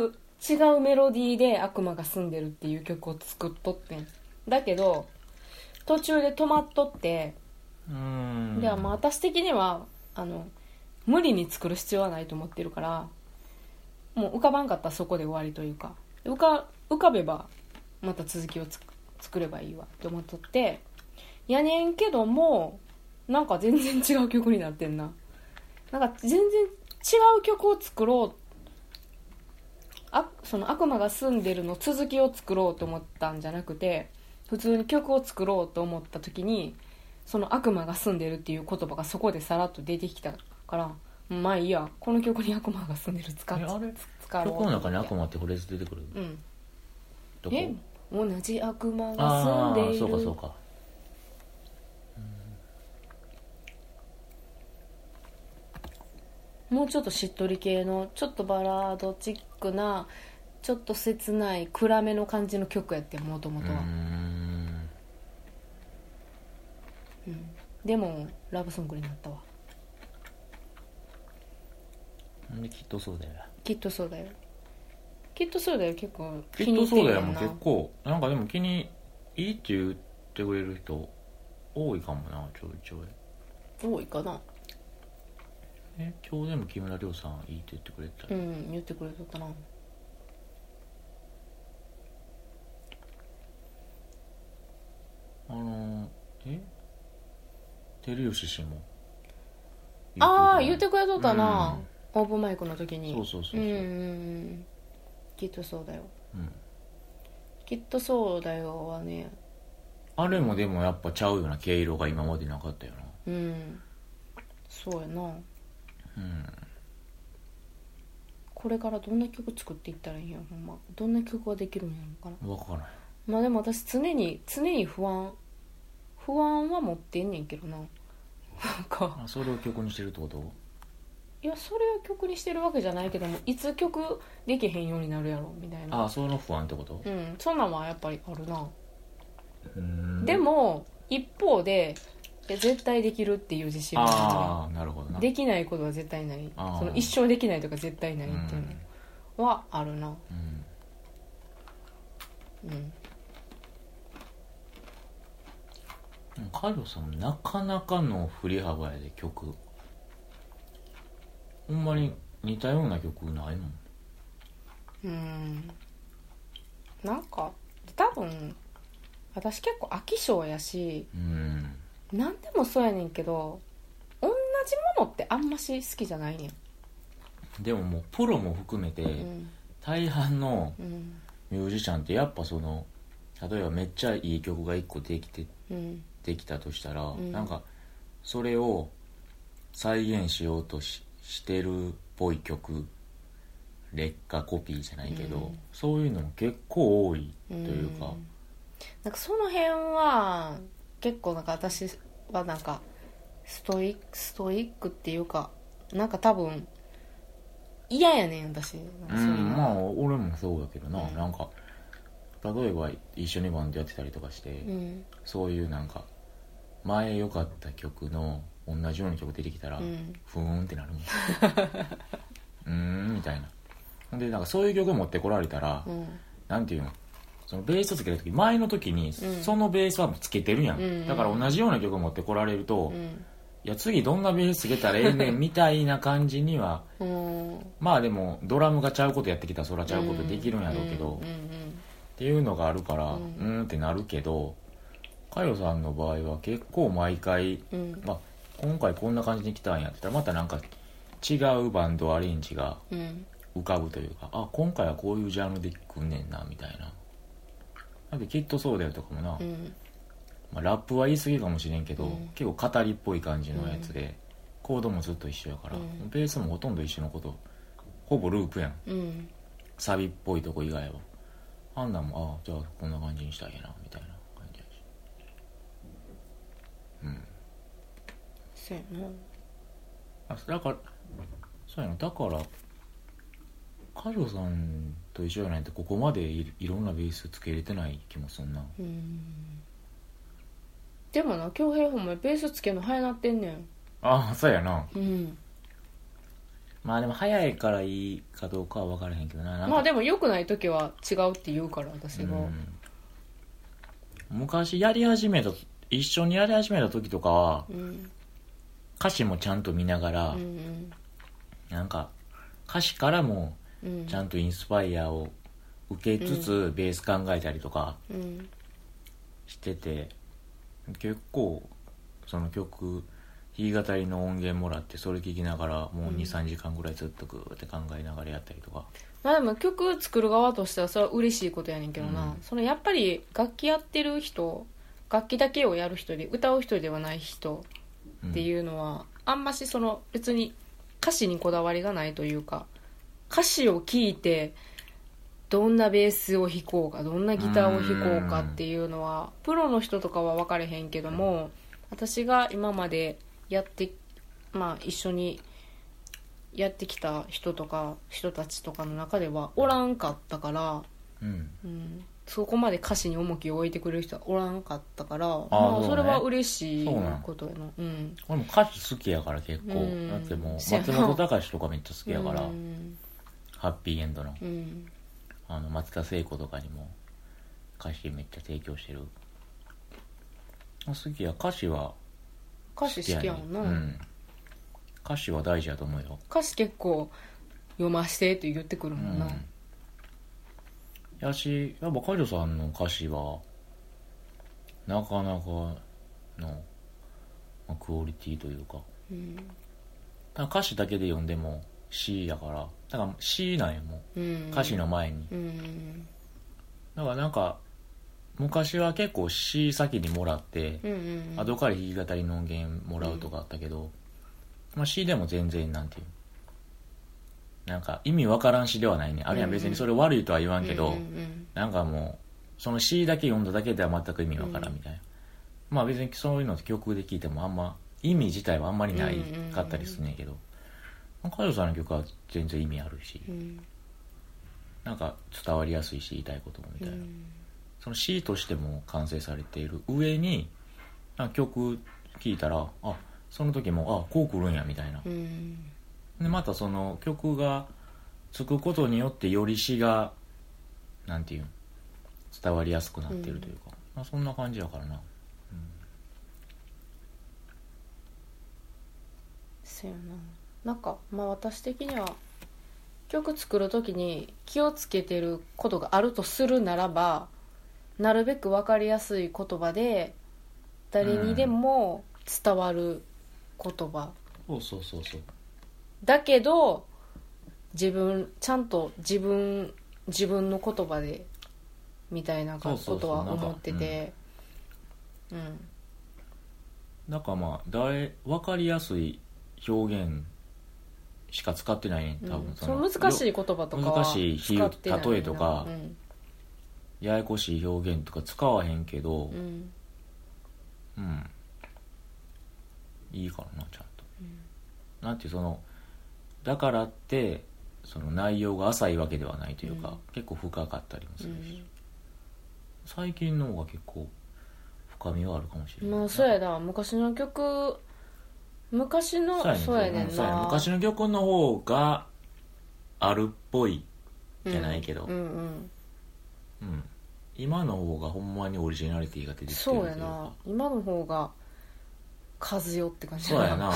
Speaker 2: う違うメロディーで「悪魔が住んでる」っていう曲を作っとってんだけど途中で止まっとって
Speaker 1: うん
Speaker 2: ではまあ私的にはあの無理に作る必要はないと思ってるからもう浮かばんかったらそこで終わりというか浮か浮かべばまた続きをつく作ればいいわって思っとってやねんけどもなんか全然違う曲になってんななんか全然違う曲を作ろうあその悪魔が住んでるの続きを作ろうと思ったんじゃなくて普通に曲を作ろうと思った時にその悪魔が住んでるっていう言葉がそこでさらっと出てきたからまあいいやこの曲に悪魔が住んでる使っ
Speaker 1: えあれ
Speaker 2: 使ろう
Speaker 1: 曲の中に悪魔ってフレーズ出てくる
Speaker 2: うん
Speaker 1: どこ
Speaker 2: え同じ悪魔
Speaker 1: あ
Speaker 2: が
Speaker 1: あ
Speaker 2: 住んでいる
Speaker 1: そうかそうか
Speaker 2: もうちょっとしっとり系のちょっとバラードチックなちょっと切ない暗めの感じの曲やってもとも
Speaker 1: う
Speaker 2: とは、
Speaker 1: ん
Speaker 2: うんでもラブソングになったわ
Speaker 1: ほんできっとそうだよ
Speaker 2: きっとそうだよきっとそうだよ結構
Speaker 1: き
Speaker 2: 気
Speaker 1: っ
Speaker 2: に
Speaker 1: とそ
Speaker 2: 入って
Speaker 1: う
Speaker 2: る
Speaker 1: だ
Speaker 2: や
Speaker 1: よ
Speaker 2: ん
Speaker 1: もう
Speaker 2: な
Speaker 1: 結構なんかでも気にいいって言ってくれる人多いかもなちょいちょい
Speaker 2: 多いかな
Speaker 1: え今日でも木村亮さんいいって言ってくれてた、
Speaker 2: うん言ってくれとったな
Speaker 1: あのーえ照吉氏も
Speaker 2: ああ言ってくれとった
Speaker 1: う、
Speaker 2: なんオープンマイクの時に
Speaker 1: そうそうそうそう、
Speaker 2: うんうんうんきっとそうだよ
Speaker 1: うん
Speaker 2: きっとそうだよはね
Speaker 1: あれもでもやっぱちゃうような毛色が今までなかったよな
Speaker 2: うんそうやな
Speaker 1: うん
Speaker 2: これからどんな曲作っていったらいいんやほんまどんな曲ができるんやろかな
Speaker 1: 分からない
Speaker 2: まあでも私常に常に不安不安は持ってんねんけどななんか
Speaker 1: あそれを曲にしてるってこと
Speaker 2: いやそれを曲にしてるわけじゃないけどもいつ曲できへんようになるやろみたい
Speaker 1: あ
Speaker 2: な
Speaker 1: あその不安ってこと
Speaker 2: うんそんなんはやっぱりあるな、
Speaker 1: うん
Speaker 2: でも一方でいや絶対できるっていう自信は
Speaker 1: ああなるほど
Speaker 2: ある
Speaker 1: な
Speaker 2: ねできないことは絶対ない
Speaker 1: あー
Speaker 2: その一生できないとか絶対ないっていうのはあるな、
Speaker 1: うん
Speaker 2: うん、
Speaker 1: でもカイロさんなかなかの振り幅やで曲ほんまに似たような曲ないもん
Speaker 2: うんなんか多分私結構飽き性やし
Speaker 1: うん
Speaker 2: 何でもそうやねんけど同じものってあんまし好きじゃないねん、
Speaker 1: でももうプロも含めて、
Speaker 2: うん
Speaker 1: 大半の
Speaker 2: うん
Speaker 1: ミュージシャンってやっぱその例えばめっちゃいい曲が1個できて
Speaker 2: うん
Speaker 1: できたとしたら、
Speaker 2: ん
Speaker 1: なんかそれを再現しようとししてるっぽい曲劣化コピーじゃないけど、
Speaker 2: うん
Speaker 1: そういうのも結構多いというか、
Speaker 2: んなんかその辺は結構なんか私はなんかストイックストイックっていうかなんか多分嫌やねん私なん
Speaker 1: う
Speaker 2: か
Speaker 1: ん
Speaker 2: そういうの
Speaker 1: まあ俺もそうだけどな、
Speaker 2: うん
Speaker 1: なんか例えば一緒にバンドやってたりとかして、
Speaker 2: うん
Speaker 1: そういうなんか前良かった曲の同じような曲出てきたら、
Speaker 2: うん
Speaker 1: ふーんって なるもんうーんみたいなほんでなんかそういう曲持ってこられたら、
Speaker 2: うん
Speaker 1: なんていうのそのベースをつける時前の時に
Speaker 2: うん
Speaker 1: そのベースはもうつけてるやん、
Speaker 2: うんうん
Speaker 1: だから同じような曲持ってこられると、
Speaker 2: う
Speaker 1: い
Speaker 2: ん
Speaker 1: や次どんなベースつけたらええねんみたいな感じには
Speaker 2: うん
Speaker 1: まあでもドラムがちゃうことやってきたらそらちゃうことできるんやろうけど、
Speaker 2: うん
Speaker 1: っ
Speaker 2: うん
Speaker 1: ていうのがあるから、
Speaker 2: う
Speaker 1: うんん、ーんってなるけどかよさんの場合は結構毎回
Speaker 2: うんうん
Speaker 1: まあ、今回こんな感じに来たんやって言ったらまたなんか違うバンドアレンジが
Speaker 2: うん
Speaker 1: 浮かぶというかあ今回はこういうジャンルで来んねんなみたいななんかきっとそうだよとかもな、
Speaker 2: うん
Speaker 1: まあ、ラップは言い過ぎかもしれんけど、
Speaker 2: うん
Speaker 1: 結構語りっぽい感じのやつで、コードもずっと一緒やから、
Speaker 2: うん
Speaker 1: ベースもほとんど一緒のことほぼループやん
Speaker 2: うん
Speaker 1: サビっぽいとこ以外はあんなんもああじゃあこんな感じにしたらええなみたいな感じやし
Speaker 2: そうやな
Speaker 1: あだからそうやなだからカジョさんと一緒じゃないとここまでいいろんなベースつけれてない気もすんな
Speaker 2: うんでもな恭平ほんまにベースつけんの早なってんねん
Speaker 1: ああそうやな
Speaker 2: うん
Speaker 1: まあでも早いからいいかどうかは分からへんけどななんか
Speaker 2: まあでも良くない時は違うって言うから私が
Speaker 1: うん昔やり始めた一緒にやり始めた時とかは
Speaker 2: うん
Speaker 1: 歌詞もちゃんと見ながら、
Speaker 2: うん
Speaker 1: なんか歌詞からも
Speaker 2: うん
Speaker 1: ちゃんとインスパイアを受けつつ、ベース考えたりとか、
Speaker 2: うん
Speaker 1: してて結構その曲弾き語りの音源もらってそれ聴きながらもう
Speaker 2: うん
Speaker 1: 23時間ぐらいずっとグーって考えながらやったりとか
Speaker 2: まあでも曲作る側としてはそれは嬉しいことやねんけど
Speaker 1: う
Speaker 2: な、
Speaker 1: ん
Speaker 2: そのやっぱり楽器やってる人楽器だけをやる人で歌う人ではない人
Speaker 1: うん
Speaker 2: っていうのは、あんましその別に歌詞にこだわりがないというか歌詞を聴いてどんなベースを弾こうかどんなギターを弾こうかっていうのはプロの人とかは分かれへんけども私が今までやってまあ一緒にやってきた人とか人たちとかの中ではおらんかったから、
Speaker 1: うん
Speaker 2: うん、そこまで歌詞に重きを置いてくれる人はおらんかったからまあ、
Speaker 1: そうね
Speaker 2: それは嬉しい
Speaker 1: そうなん
Speaker 2: ことやな。うん
Speaker 1: 俺も歌詞好きやから結構
Speaker 2: うん
Speaker 1: だってもう
Speaker 2: そうや
Speaker 1: 松
Speaker 2: な
Speaker 1: 本隆とかめっちゃ好きやから
Speaker 2: うん
Speaker 1: ハッピーエンドの
Speaker 2: うん
Speaker 1: あの松田聖子とかにも歌詞めっちゃ提供してる好きや歌詞は
Speaker 2: 歌詞好きやもんな、
Speaker 1: うん歌詞は大事やと思うよ
Speaker 2: 歌詞結構読ましてって言ってくる
Speaker 1: う
Speaker 2: もんな、
Speaker 1: やしやっぱ海女さんの歌詞はなかなかの、まあクオリティというか
Speaker 2: うん
Speaker 1: ただ歌詞だけで読んでも詩やからだから詩なんやも
Speaker 2: うん
Speaker 1: う歌詞の前に、
Speaker 2: うん
Speaker 1: だからなんか昔は結構詩先にもらって
Speaker 2: うんうん
Speaker 1: 後から弾き語りの音源もらうとかあったけど、まあ、詩でも全然なんていうなんか意味わからん詩ではないねあるいは別にそれ悪いとは言わんけど、
Speaker 2: うんうん
Speaker 1: なんかもうその詩だけ読んだだけでは全く意味わからんみたいな、まあ別にそういうのって曲で聴いてもあんま意味自体はあんまりないかったりすんねんけど加藤、さんの曲は全然意味あるし
Speaker 2: うん
Speaker 1: なんか伝わりやすいし言いたいこともみた
Speaker 2: う
Speaker 1: いな、
Speaker 2: ん
Speaker 1: その C としても完成されている上になんか曲聴いたらあその時もあこう来るんやみたいな
Speaker 2: うん
Speaker 1: でまたその曲がつくことによってより詩がなんていうん伝わりやすくなってるというか、まあ、そんな感じやからな
Speaker 2: そうやななんかまあ私的には曲作る時に気をつけてることがあるとするならばなるべく分かりやすい言葉で誰にでも伝わる言葉、
Speaker 1: そうそうそうそう
Speaker 2: だけど自分ちゃんと自分自分の言葉でみたいな
Speaker 1: そ
Speaker 2: こ
Speaker 1: うそうそう
Speaker 2: とは
Speaker 1: なんか
Speaker 2: 思っててうん、
Speaker 1: だからまあ誰分かりやすい表現しか使ってないね
Speaker 2: うん
Speaker 1: 多分
Speaker 2: その難しい言葉とかは
Speaker 1: 難しい比喩
Speaker 2: 使ってないな
Speaker 1: 例えとか
Speaker 2: うん
Speaker 1: ややこしい表現とか使わへんけど
Speaker 2: うん
Speaker 1: うん、いいからなちゃんと、なんていうそのだからってその内容が浅いわけではないというか、
Speaker 2: うん
Speaker 1: 結構深かったりもす
Speaker 2: う
Speaker 1: るし、
Speaker 2: ん
Speaker 1: 最近の方が結構深みはあるかもしれない
Speaker 2: まあそうやな昔の曲昔の
Speaker 1: そうやね
Speaker 2: そうやね
Speaker 1: うん
Speaker 2: ん
Speaker 1: そうやね
Speaker 2: な
Speaker 1: 昔の曲の方があるっぽいじゃないけど
Speaker 2: うんうん
Speaker 1: うん、今の方がほんまにオリジナリティが出てきてるとい
Speaker 2: そう
Speaker 1: う
Speaker 2: やな
Speaker 1: か
Speaker 2: 今の方が風よって感じ
Speaker 1: そうや な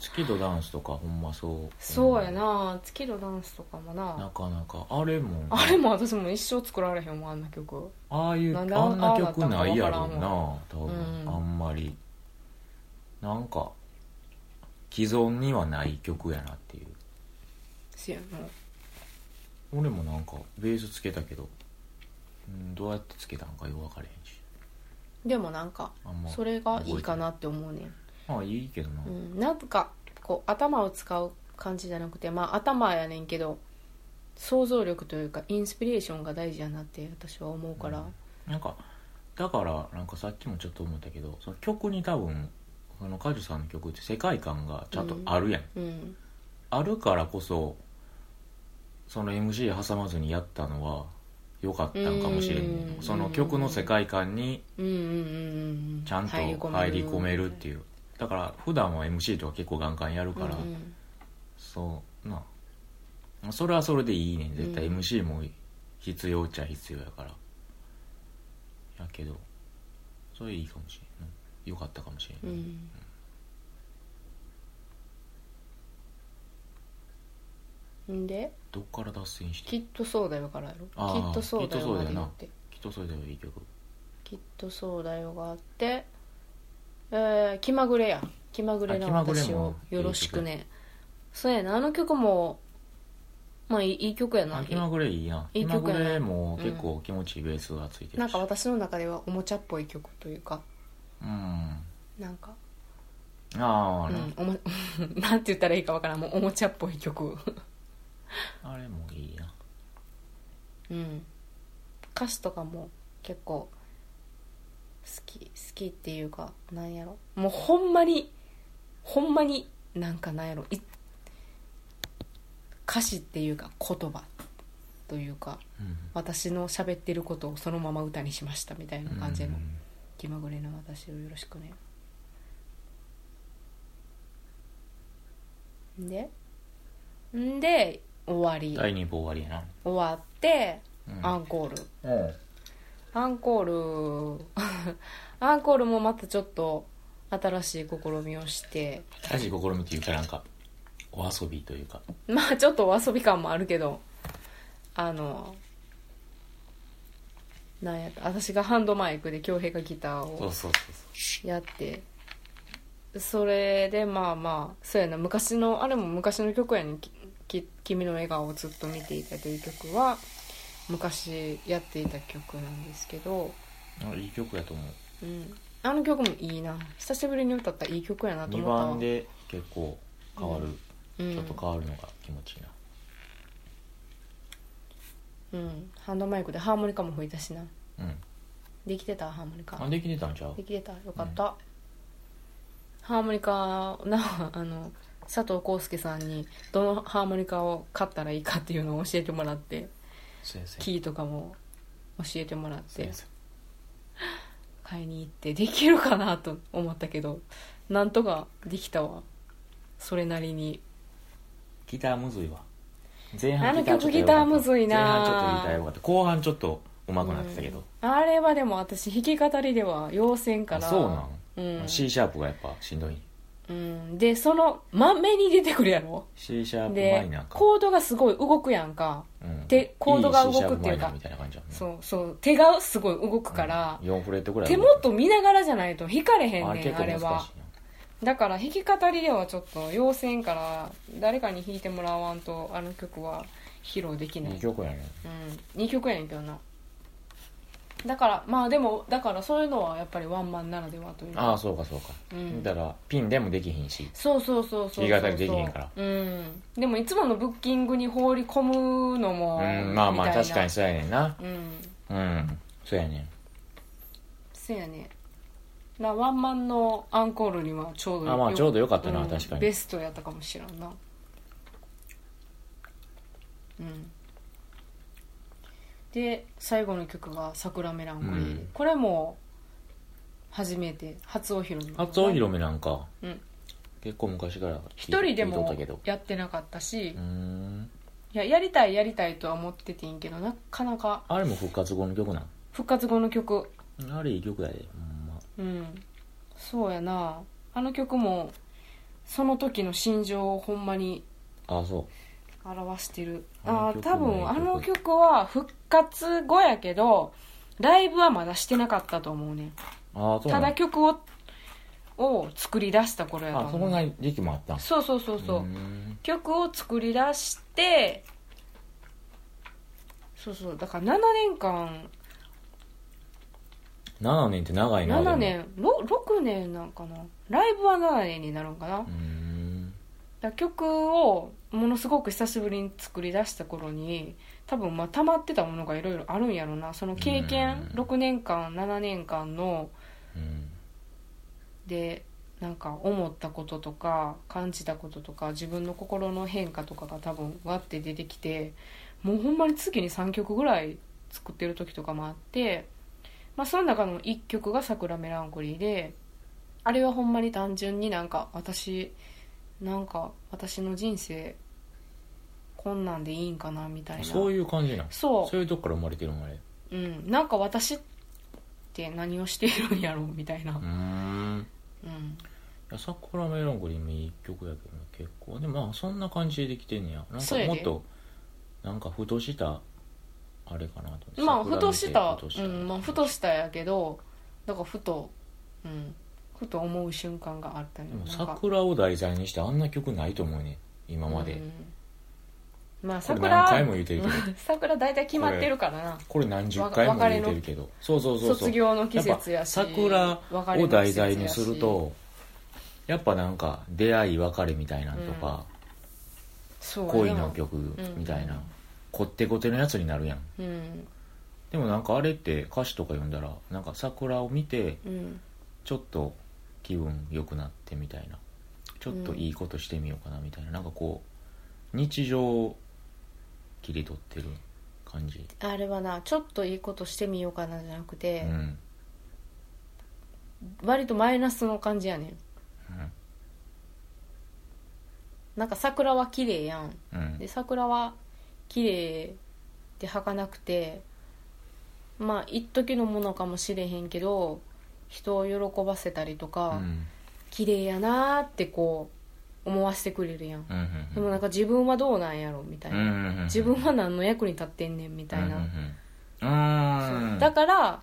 Speaker 1: 月とダンスとかほんまそう
Speaker 2: そうやな月のダンスとかも
Speaker 1: な
Speaker 2: な
Speaker 1: かなかあれも
Speaker 2: あれも私も一生作られへんもんあんな曲
Speaker 1: ああいうあ
Speaker 2: なんんであん
Speaker 1: な曲ないやろうな多
Speaker 2: う
Speaker 1: 分
Speaker 2: ん
Speaker 1: あんまりなんか既存にはない曲やなっていう
Speaker 2: せやな
Speaker 1: 俺もなんかベースつけたけど、うん、どうやってつけたんかよく分かれへんし
Speaker 2: でもなんか
Speaker 1: あんま
Speaker 2: それがいいかなって思うねん、
Speaker 1: まあいいけどな、
Speaker 2: うん、なんかこう頭を使う感じじゃなくてまあ頭やねんけど想像力というかインスピレーションが大事やなって私は思うから、
Speaker 1: うんなんかだからなんかさっきもちょっと思ったけどその曲に多分そのカジュさんの曲って世界観がちゃんとあるやん、
Speaker 2: うん
Speaker 1: あるからこそその MC 挟まずにやったのは良かったんかもしれんね
Speaker 2: うん
Speaker 1: その曲の世界観に
Speaker 2: うんうんうんうん
Speaker 1: ちゃんと入り込めるっていうだから普段は MC とか結構ガンガンやるから、
Speaker 2: うんうん
Speaker 1: そうなそれはそれでいいねん絶対
Speaker 2: うん
Speaker 1: MC も必要っちゃ必要やからやけどそれいいかもしれんうんよかったかもしれ、
Speaker 2: うんんんで
Speaker 1: どっから脱線して
Speaker 2: きっとそうだよからやろ
Speaker 1: あー
Speaker 2: きっとそうだよまで言っ
Speaker 1: きっとそうきっとそれ
Speaker 2: て
Speaker 1: でもいい曲
Speaker 2: きっとそうだよがあってえー、気まぐれや気まぐれ
Speaker 1: あ
Speaker 2: の
Speaker 1: 気まぐれも
Speaker 2: 私をよろしくねそうやなあの曲もまあいいいい曲やな
Speaker 1: あ気まぐれいいない気
Speaker 2: い
Speaker 1: まぐ
Speaker 2: 曲やな
Speaker 1: れも結構気持ちいいベースがついてるし
Speaker 2: なんか私の中ではおもちゃっぽい曲というか
Speaker 1: うんあ
Speaker 2: なんか、
Speaker 1: あ、
Speaker 2: うん、おも なんて言ったらいいかわからんもうおもちゃっぽい曲
Speaker 1: あれもいいな
Speaker 2: うん歌詞とかも結構好き好きっていうかなんやろもうほんまにほんまになんかなんやろい歌詞っていうか言葉というか
Speaker 1: うん
Speaker 2: 私の喋ってることをそのまま歌にしましたみたいな感じの
Speaker 1: うん
Speaker 2: 「気まぐれの私をよろしくね」んでんで終わり
Speaker 1: 第2部終わりや
Speaker 2: 終わって
Speaker 1: な
Speaker 2: ア
Speaker 1: うん
Speaker 2: ンコール
Speaker 1: うん
Speaker 2: アンコールアンコールもまたちょっと新しい試みをして
Speaker 1: 新しい試みというかなんかお遊びというか
Speaker 2: まあちょっとお遊び感もあるけどあのなんやった私がハンドマイクで恭平がギター
Speaker 1: そう
Speaker 2: を
Speaker 1: そうそう
Speaker 2: やってそれでまあまあそうやな昔のあれも昔の曲やねんきき君の笑顔をずっと見ていた」という曲は昔やっていた曲なんですけど、
Speaker 1: そうあいい曲やと思う
Speaker 2: うん、あの曲もいいな久しぶりに歌ったらいい曲やなと
Speaker 1: 2
Speaker 2: 思ったわ
Speaker 1: 番で結構変わる、
Speaker 2: うん
Speaker 1: ちょっと変わるのが気持ちいいな
Speaker 2: うん、ハンドマイクでハーモニカも吹いたしな
Speaker 1: うん
Speaker 2: できてたハーモニカ
Speaker 1: あできてたんちゃう
Speaker 2: できてたよかった、ハーモニカな あの佐藤浩介さんにどのハーモニカを買ったらいいかっていうのを教えてもらって
Speaker 1: 先生
Speaker 2: キーとかも教えてもらって
Speaker 1: 先生
Speaker 2: 買いに行ってできるかなと思ったけどなんとかできたわそれなりに
Speaker 1: ギターむずいわ前
Speaker 2: あの
Speaker 1: 半ギターちょっと
Speaker 2: 曲ギターむずいな
Speaker 1: 前半ちょっとギターよかった後半ちょっと上手くなってたけど、
Speaker 2: うんあれはでも私弾き語りでは要せんか
Speaker 1: あ
Speaker 2: ら
Speaker 1: そうなん、
Speaker 2: うん
Speaker 1: C シャープがやっぱしんどい
Speaker 2: うん、でその満面に出てくるやろ
Speaker 1: C シャープマ
Speaker 2: で
Speaker 1: イナーか、
Speaker 2: コードがすごい動くやんか
Speaker 1: うん、
Speaker 2: でコードが動くってい
Speaker 1: C シャープマイ
Speaker 2: うか
Speaker 1: ナーみたいな感じやもんね
Speaker 2: そうそう手がすごい動くから、
Speaker 1: うん4フレットぐらい
Speaker 2: 手元見ながらじゃないと弾かれへん
Speaker 1: あれ
Speaker 2: ね
Speaker 1: 結
Speaker 2: ん
Speaker 1: 構
Speaker 2: あ
Speaker 1: 難
Speaker 2: れ
Speaker 1: しいな
Speaker 2: はだから弾き語りではちょっと要せんから誰かに弾いてもらわんとあの曲は披露できない
Speaker 1: いい曲やね
Speaker 2: うん、2曲やねんけどなだからまあでもだからそういうのはやっぱりワンマンならではというか
Speaker 1: ああそうかそうか、
Speaker 2: うん
Speaker 1: だからピンでもできひんし
Speaker 2: そうそうそうそうそう
Speaker 1: 弾き語りできへんから
Speaker 2: うんでもいつものブッキングに放り込むの
Speaker 1: う
Speaker 2: も
Speaker 1: んまあまあ
Speaker 2: みたいな
Speaker 1: 確かにそうやねんな
Speaker 2: うん
Speaker 1: うんそうやねん
Speaker 2: そうやねなワンマンのアンコールにはちょうど
Speaker 1: あまあちょうどよか
Speaker 2: か
Speaker 1: ったな、確かに
Speaker 2: ベストやったかもしらんなうんで最後の曲が「桜メランコリー」
Speaker 1: うん
Speaker 2: これも初めて初お披露目
Speaker 1: 初お披露目なんか、
Speaker 2: うん
Speaker 1: 結構昔から
Speaker 2: 一人で
Speaker 1: 聞いとっ
Speaker 2: も
Speaker 1: たけど
Speaker 2: やってなかったし
Speaker 1: うーん
Speaker 2: いややりたいやりたいとは思っててんけどなかなか
Speaker 1: あれも復活後の曲なん
Speaker 2: 復活後の曲
Speaker 1: あれいい曲やでほんま
Speaker 2: うんそうやなあの曲もその時の心情をほんまに
Speaker 1: ああそ
Speaker 2: 表してる
Speaker 1: あ
Speaker 2: あ
Speaker 1: の曲もいい曲
Speaker 2: ー多分あの曲は復活後やけどライブはまだしてなかったと思うね
Speaker 1: うああそう
Speaker 2: た
Speaker 1: な
Speaker 2: だ
Speaker 1: ん
Speaker 2: 曲をを作り出した頃やと
Speaker 1: あそこ
Speaker 2: 思う
Speaker 1: が時期もあったん
Speaker 2: そうそうそうそう
Speaker 1: ーん
Speaker 2: 曲を作り出してそうそうだから7年間
Speaker 1: 7年って長いなでも
Speaker 2: 7年ろ6年なんかなライブは7年になるんかな、
Speaker 1: うーん
Speaker 2: だから曲をものすごく久しぶりに作り出した頃に多分まあ溜まってたものがいろいろあるんやろなその経験
Speaker 1: うん
Speaker 2: 6年間7年間の
Speaker 1: うん
Speaker 2: でなんか思ったこととか感じたこととか自分の心の変化とかが多分わって出てきてもうほんまに月に3曲ぐらい作ってる時とかもあって、まあ、その中の1曲が「桜メランコリーで」あれはほんまに単純になんか私なんか私の人生こんなんでいいんかなみたいな
Speaker 1: そういう感じなん
Speaker 2: そう
Speaker 1: そういうとこから生まれてるのあれ
Speaker 2: うん、なんか私って何をしているんやろうみたいな、
Speaker 1: うーん
Speaker 2: うん、
Speaker 1: いや桜メロンコリーもいい曲やけどな結構でもまあそんな感じでできてんねやなんか
Speaker 2: そうやで
Speaker 1: もっとなんかふとしたあれかなと思って
Speaker 2: まあふ
Speaker 1: 桜
Speaker 2: と
Speaker 1: 見て
Speaker 2: した
Speaker 1: ふと
Speaker 2: うんまあふとしたやけどだからふとうんふと思う瞬間があったり
Speaker 1: でも桜を題材にしてあんな曲ないと思うね今まで、
Speaker 2: まあ
Speaker 1: これ何回
Speaker 2: 桜
Speaker 1: も言うてるけど
Speaker 2: 桜大体決まってるからな
Speaker 1: これ何十回も言うてるけどそうそうそうそう
Speaker 2: 卒業の季節やし
Speaker 1: やっぱ
Speaker 2: 別
Speaker 1: 桜
Speaker 2: れ
Speaker 1: を
Speaker 2: の季
Speaker 1: 題
Speaker 2: 節やし
Speaker 1: 材にするとやっぱなんか出会い別れみたいなんとか、
Speaker 2: そうや
Speaker 1: 恋
Speaker 2: な
Speaker 1: の曲みたいな、
Speaker 2: うん
Speaker 1: こってこてのやつになるやん
Speaker 2: うん
Speaker 1: でもなんかあれって歌詞とか読んだらなんか桜を見て
Speaker 2: うん
Speaker 1: ちょっと気分良くなってみたいなちょっといいことしてみようかなみたいな、なんかこう日常を切り取ってる感じ、
Speaker 2: あれはなちょっといいことしてみようかなじゃなくて、
Speaker 1: うん
Speaker 2: 割とマイナスの感じやねんなんか桜は綺麗やん
Speaker 1: うんうん
Speaker 2: で桜は綺麗で儚くてまあ一時のものかもしれへんけど人を喜ばせたりとか、
Speaker 1: うん
Speaker 2: 綺麗やなーってこう思わせてくれるやん
Speaker 1: うんうんうん
Speaker 2: でもなんか自分はどうなんやろみたい
Speaker 1: うん
Speaker 2: な
Speaker 1: うんうん
Speaker 2: 自分は何の役に立ってんねんみたいな、
Speaker 1: うんうんうんうーん
Speaker 2: だから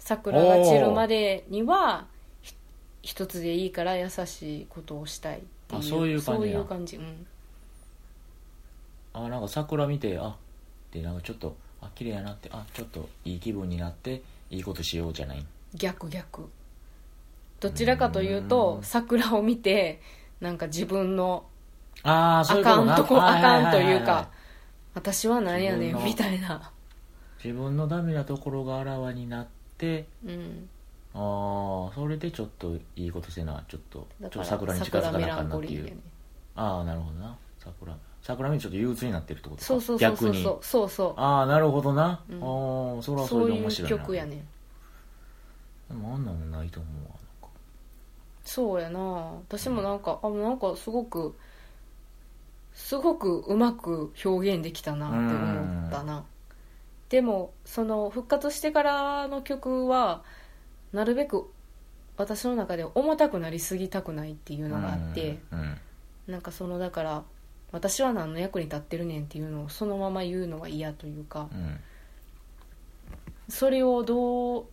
Speaker 2: 桜が散るまでにはひ一つでいいから優しいことをしたいっていう
Speaker 1: あそういう感じだ
Speaker 2: そういう感じうん
Speaker 1: あなんか桜見てあでなんかちょっとあ綺麗やなってあちょっといい気分になっていいことしようじゃない
Speaker 2: 逆逆どちらかというと
Speaker 1: うん
Speaker 2: 桜を見てなんか自分の
Speaker 1: ああ
Speaker 2: あ
Speaker 1: そういうこ
Speaker 2: か
Speaker 1: と
Speaker 2: ん
Speaker 1: な
Speaker 2: とこあ
Speaker 1: はいは
Speaker 2: かんと
Speaker 1: はいは
Speaker 2: うか私は何や
Speaker 1: 自
Speaker 2: ね
Speaker 1: 分
Speaker 2: ん
Speaker 1: の
Speaker 2: みたいな
Speaker 1: 自分のダメなところがあらわになって
Speaker 2: うん
Speaker 1: ああそれでちょっといいことせなちょっとちょ
Speaker 2: だ
Speaker 1: っ
Speaker 2: か
Speaker 1: と桜
Speaker 2: ら
Speaker 1: に近づかなあかんなって
Speaker 2: 桜メランコリ
Speaker 1: い
Speaker 2: ー
Speaker 1: う
Speaker 2: やね
Speaker 1: ああなるほどな桜桜見てちょっと憂鬱になってるってことか
Speaker 2: そうそうそう
Speaker 1: 逆
Speaker 2: そう
Speaker 1: に
Speaker 2: そうそうそ
Speaker 1: ああなるほどな、
Speaker 2: うん
Speaker 1: ああそれ
Speaker 2: う
Speaker 1: はそれで
Speaker 2: い
Speaker 1: 面
Speaker 2: う
Speaker 1: 白いな
Speaker 2: 曲やね
Speaker 1: で
Speaker 2: ん
Speaker 1: もあんなもんないと思うわなんか
Speaker 2: そうやな私もなんか、あなんかすごくすごくうまく表現できたなって思ったなでもその復活してからの曲はなるべく私の中で重たくなりすぎたくないっていうのがあって、
Speaker 1: うんうん
Speaker 2: なんかそのだから私は何の役に立ってるねんっていうのをそのまま言うのは嫌というか
Speaker 1: うん
Speaker 2: それをどう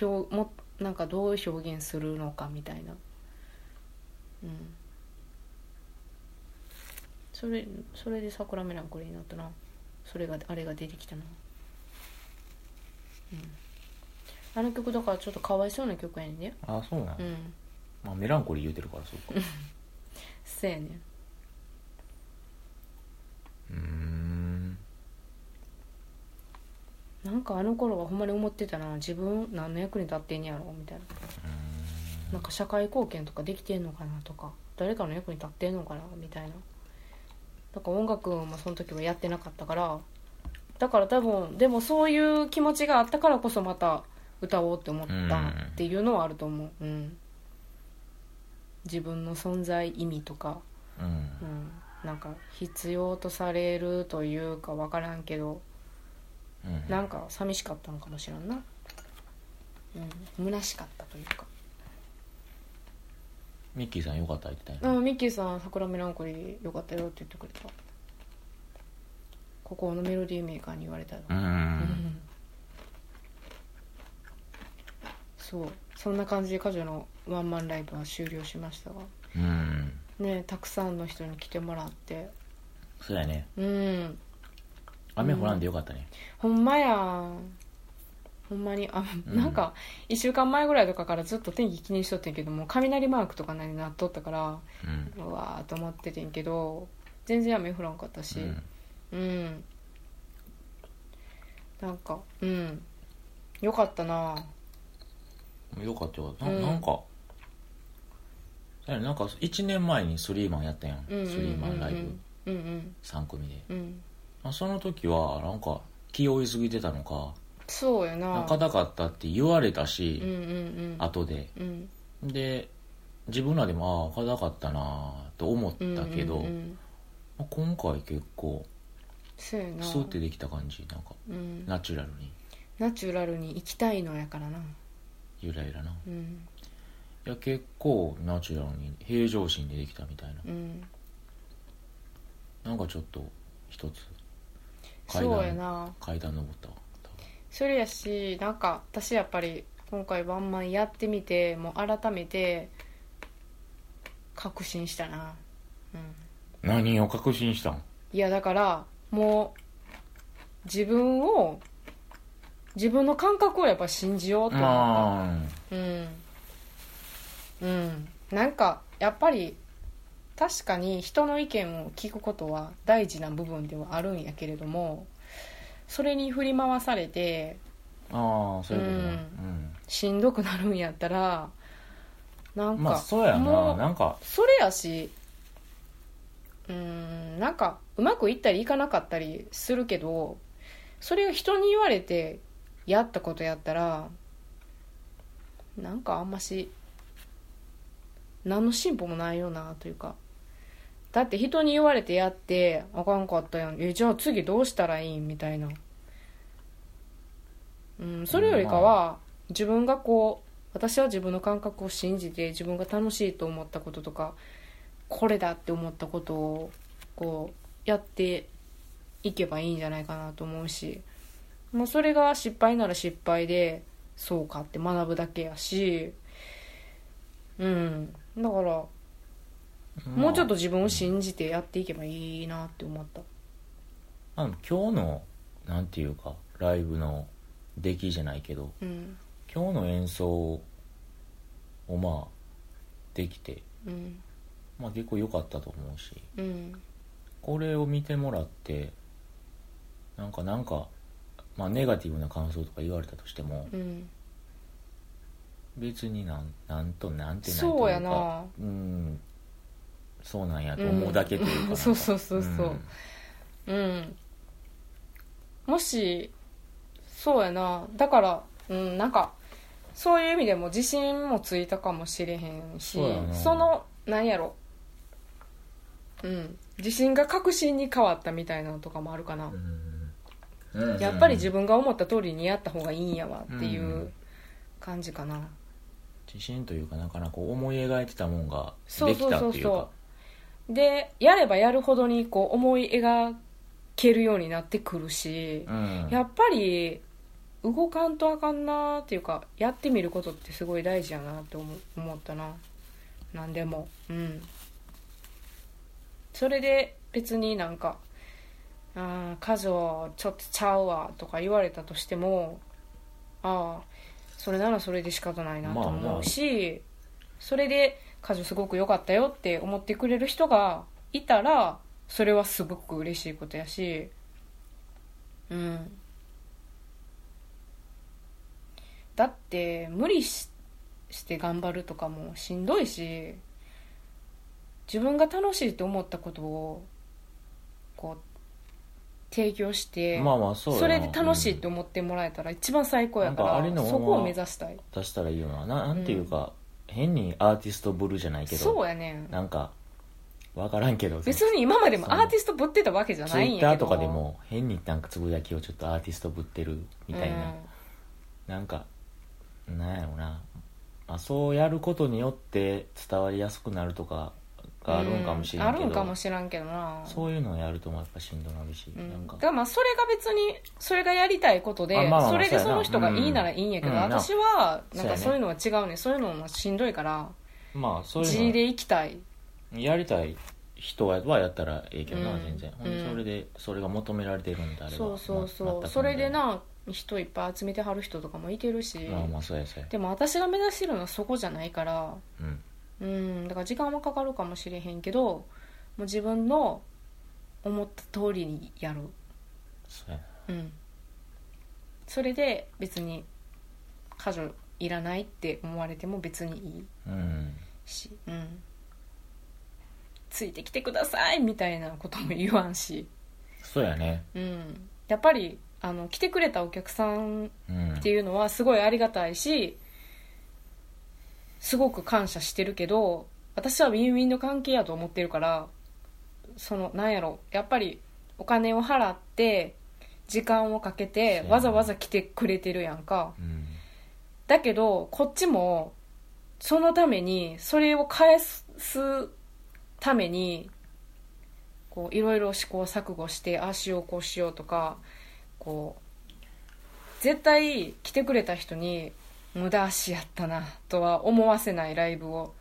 Speaker 2: 表もなんかどう表現するのかみたいなうんそれそれで桜メランコリーになったなそれがあれが出てきたなうんあの曲だからちょっとかわいそうな曲やねんね
Speaker 1: ああそうなん、
Speaker 2: うん
Speaker 1: まあ、メランコリー言うてるからそうか
Speaker 2: そうやねん
Speaker 1: うーん
Speaker 2: なんかあの頃はほんまに思ってたな自分何の役に立ってんやろみたいななんか社会貢献とかできてんのかなとか誰かの役に立ってんのかなみたいなだから音楽もその時はやってなかったからだから多分でもそういう気持ちがあったからこそまた歌おうって思ったっていうのはあると思ううん自分の存在意味とか
Speaker 1: うん
Speaker 2: うんなんか必要とされるというか分からんけど
Speaker 1: うん
Speaker 2: なんか寂しかったのかもしれんなうん虚しかったというか
Speaker 1: ミッキーさんよかった言ってた
Speaker 2: あ
Speaker 1: よ、ね
Speaker 2: ミッキーさん「桜メランコリーよかったよ」って言ってくれたここのメロディーメーカーに言われたよ、
Speaker 1: うん、
Speaker 2: うんそうそんな感じで彼女のワンマンライブは終了しましたが
Speaker 1: うんうん、
Speaker 2: ねたくさんの人に来てもらって
Speaker 1: そうやね
Speaker 2: うん
Speaker 1: 雨降らんでよかったね、
Speaker 2: ほんまやんほんまにあ
Speaker 1: うん
Speaker 2: なんか1週間前ぐらいとかからずっと天気気にしとってんけどもう雷マークとか何なっとったから
Speaker 1: うん
Speaker 2: うわーと思っててんけど全然雨降らんかったし
Speaker 1: うん
Speaker 2: うん、なんかうんよかったな
Speaker 1: よかったよかった、
Speaker 2: うん
Speaker 1: ななんかそうやねなんか1年前にスリーマンやったやん,、
Speaker 2: うんうんうんうん
Speaker 1: スリーマンライブ
Speaker 2: うんうん
Speaker 1: 3組で、
Speaker 2: うん
Speaker 1: まあ、その時はなんか気負いすぎてたのか
Speaker 2: そうやな
Speaker 1: 泣かなかったって言われたし、
Speaker 2: うんうんうん
Speaker 1: 後で
Speaker 2: うん
Speaker 1: で自分らでもああ泣かなかったなと思っ
Speaker 2: うん
Speaker 1: たけど、
Speaker 2: うんうん
Speaker 1: まあ今回結構
Speaker 2: そうやな
Speaker 1: スーってできた感じなんか
Speaker 2: うん、
Speaker 1: ナチュラルに
Speaker 2: ナチュラルに行きたいのやからな
Speaker 1: ゆらゆらな
Speaker 2: うん
Speaker 1: いや結構ナチュラルに平常心でできたみたいな
Speaker 2: うん
Speaker 1: なんかちょっと一つ階
Speaker 2: そうや
Speaker 1: 段
Speaker 2: な
Speaker 1: 階段登ったわ多
Speaker 2: それやしなんか私やっぱり今回ワンマンやってみてもう改めて確信したなうん
Speaker 1: 分何を確信したん
Speaker 2: いやだからもう自分を自分の感覚をやっぱ信じようと思っ
Speaker 1: あ
Speaker 2: たうんうんなんかやっぱり確かに人の意見を聞くことは大事な部分ではあるんやけれどもそれに振り回されて
Speaker 1: ーあーそういうことなう
Speaker 2: う
Speaker 1: ん、
Speaker 2: しんどくなるんやったらなんか、
Speaker 1: まあそうや
Speaker 2: も
Speaker 1: な
Speaker 2: う
Speaker 1: なんか
Speaker 2: それやしうーんなんかうまくいったりいかなかったりするけどそれを人に言われてやったことやったらなんかあんまし何の進歩もないよなというかだって人に言われてやってあかんかったやんえじゃあ次どうしたらいいんみたいなうんそれよりかは自分がこう私は自分の感覚を信じて自分が楽しいと思ったこととかこれだって思ったことをこうやっていけばいいんじゃないかなと思うし、まあ、それが失敗なら失敗でそうかって学ぶだけやしうんだからもうちょっと自分を信じてやっていけばいいなって思った
Speaker 1: まあでも今日のなんていうかライブの出来じゃないけど
Speaker 2: うん
Speaker 1: 今日の演奏をまあできて、
Speaker 2: うん
Speaker 1: まあ、結構良かったと思うし
Speaker 2: うん
Speaker 1: これを見てもらってなんかなんか、まあ、ネガティブな感想とか言われたとしても
Speaker 2: うん
Speaker 1: 別になんなんとなんてないというか
Speaker 2: そうやな
Speaker 1: うんそうなんやと思うだけというかなんか、
Speaker 2: そうそうそうそう、
Speaker 1: ん
Speaker 2: うんもしそうやなだからうんなんかそういう意味でも自信もついたかもしれへんし
Speaker 1: そうやな
Speaker 2: のなんやろうん自信が確信に変わったみたいなのとかもあるかな、
Speaker 1: うんうん
Speaker 2: やっぱり自分が思った通りにやった方がいいんやわっていう感じかな、
Speaker 1: 自信というかなかなかこう思い描いてたもんが
Speaker 2: そう
Speaker 1: でき
Speaker 2: そう
Speaker 1: た
Speaker 2: そ
Speaker 1: っ
Speaker 2: う
Speaker 1: ていうか
Speaker 2: そうでやればやるほどにこう思い描けるようになってくるし、
Speaker 1: うん
Speaker 2: やっぱり動かんとあかんなっていうかやってみることってすごい大事やなって思思ったな何でもうんそれで別になんか「ああ家女ちょっとちゃうわ」とか言われたとしてもああそれならそれで仕方ないなと思うし、それで「家女すごく良かったよ」って思ってくれる人がいたらそれはすごく嬉しいことやしうんだって無理しして頑張るとかもしんどいし自分が楽しいと思ったことをこう提供して、
Speaker 1: まあまあそうやな
Speaker 2: れで楽しいと思ってもらえたら一番最高や
Speaker 1: な
Speaker 2: か
Speaker 1: ん
Speaker 2: ら、
Speaker 1: かあれのまま
Speaker 2: そこを目指したい
Speaker 1: 出したらいいよなななんていうか、変にアーティストぶるじゃないけど
Speaker 2: そうやねん
Speaker 1: なんか分からんけど
Speaker 2: 別に今までも
Speaker 1: その
Speaker 2: アーティストぶってたわけじゃ
Speaker 1: ツ
Speaker 2: な
Speaker 1: イ
Speaker 2: いんや
Speaker 1: ッ
Speaker 2: けど
Speaker 1: ターとかでも変になんかつぶやきをちょっとアーティストぶってるみたいな、なんかなんやろな、まあ、そうやることによって伝わりやすくなるとかがあるんかもしれ
Speaker 2: うんん
Speaker 1: け
Speaker 2: あ
Speaker 1: ど、
Speaker 2: るんかもしらんけどな
Speaker 1: そういうのをやるともやっぱしんどなるし、
Speaker 2: うん
Speaker 1: なんか
Speaker 2: だからまあそれが別にそれがやりたいことで、
Speaker 1: あまあまあ
Speaker 2: それ
Speaker 1: そ
Speaker 2: で
Speaker 1: う
Speaker 2: そ
Speaker 1: や
Speaker 2: の
Speaker 1: な
Speaker 2: 人がいいならいいんやけど、
Speaker 1: うんうん
Speaker 2: 私はなんか
Speaker 1: そ
Speaker 2: そう
Speaker 1: う
Speaker 2: い
Speaker 1: や
Speaker 2: うのは違うねそういうのはしんどいから
Speaker 1: まあそう
Speaker 2: 地
Speaker 1: いう
Speaker 2: で行きたい
Speaker 1: のやりたい人はやったらええけどな、
Speaker 2: うん
Speaker 1: 全然ほん
Speaker 2: う
Speaker 1: で
Speaker 2: ん
Speaker 1: それでそれが求められてるんであれば
Speaker 2: そうそう
Speaker 1: ま
Speaker 2: そ
Speaker 1: 全
Speaker 2: う
Speaker 1: く
Speaker 2: それでな人いっぱい集めてはる人とかもいてるし、
Speaker 1: まあまあそうやそうや
Speaker 2: でも私が目指してるのはそこじゃないから
Speaker 1: うん
Speaker 2: うんだから時間はかかるかもしれへんけどもう自分の思った通りにやる
Speaker 1: そうやな
Speaker 2: うんそれで別に家女いらないって思われても別にいい
Speaker 1: うん
Speaker 2: し、うん、ついてきてくださいみたいなことも言わんし、
Speaker 1: そうやね
Speaker 2: うん、やっぱりあの来てくれたお客さん
Speaker 1: うん
Speaker 2: っていうのはすごいありがたいしすごく感謝してるけど私はウィンウィンの関係やと思ってるからそのなんやろやっぱりお金を払って時間をかけて
Speaker 1: そうやな
Speaker 2: わざわざ来てくれてるやんか
Speaker 1: うん
Speaker 2: だけどこっちもそのためにそれを返すためにこういろいろ試行錯誤してああしようこうしようとかこう絶対来てくれた人に無駄足やったなとは思わせないライブを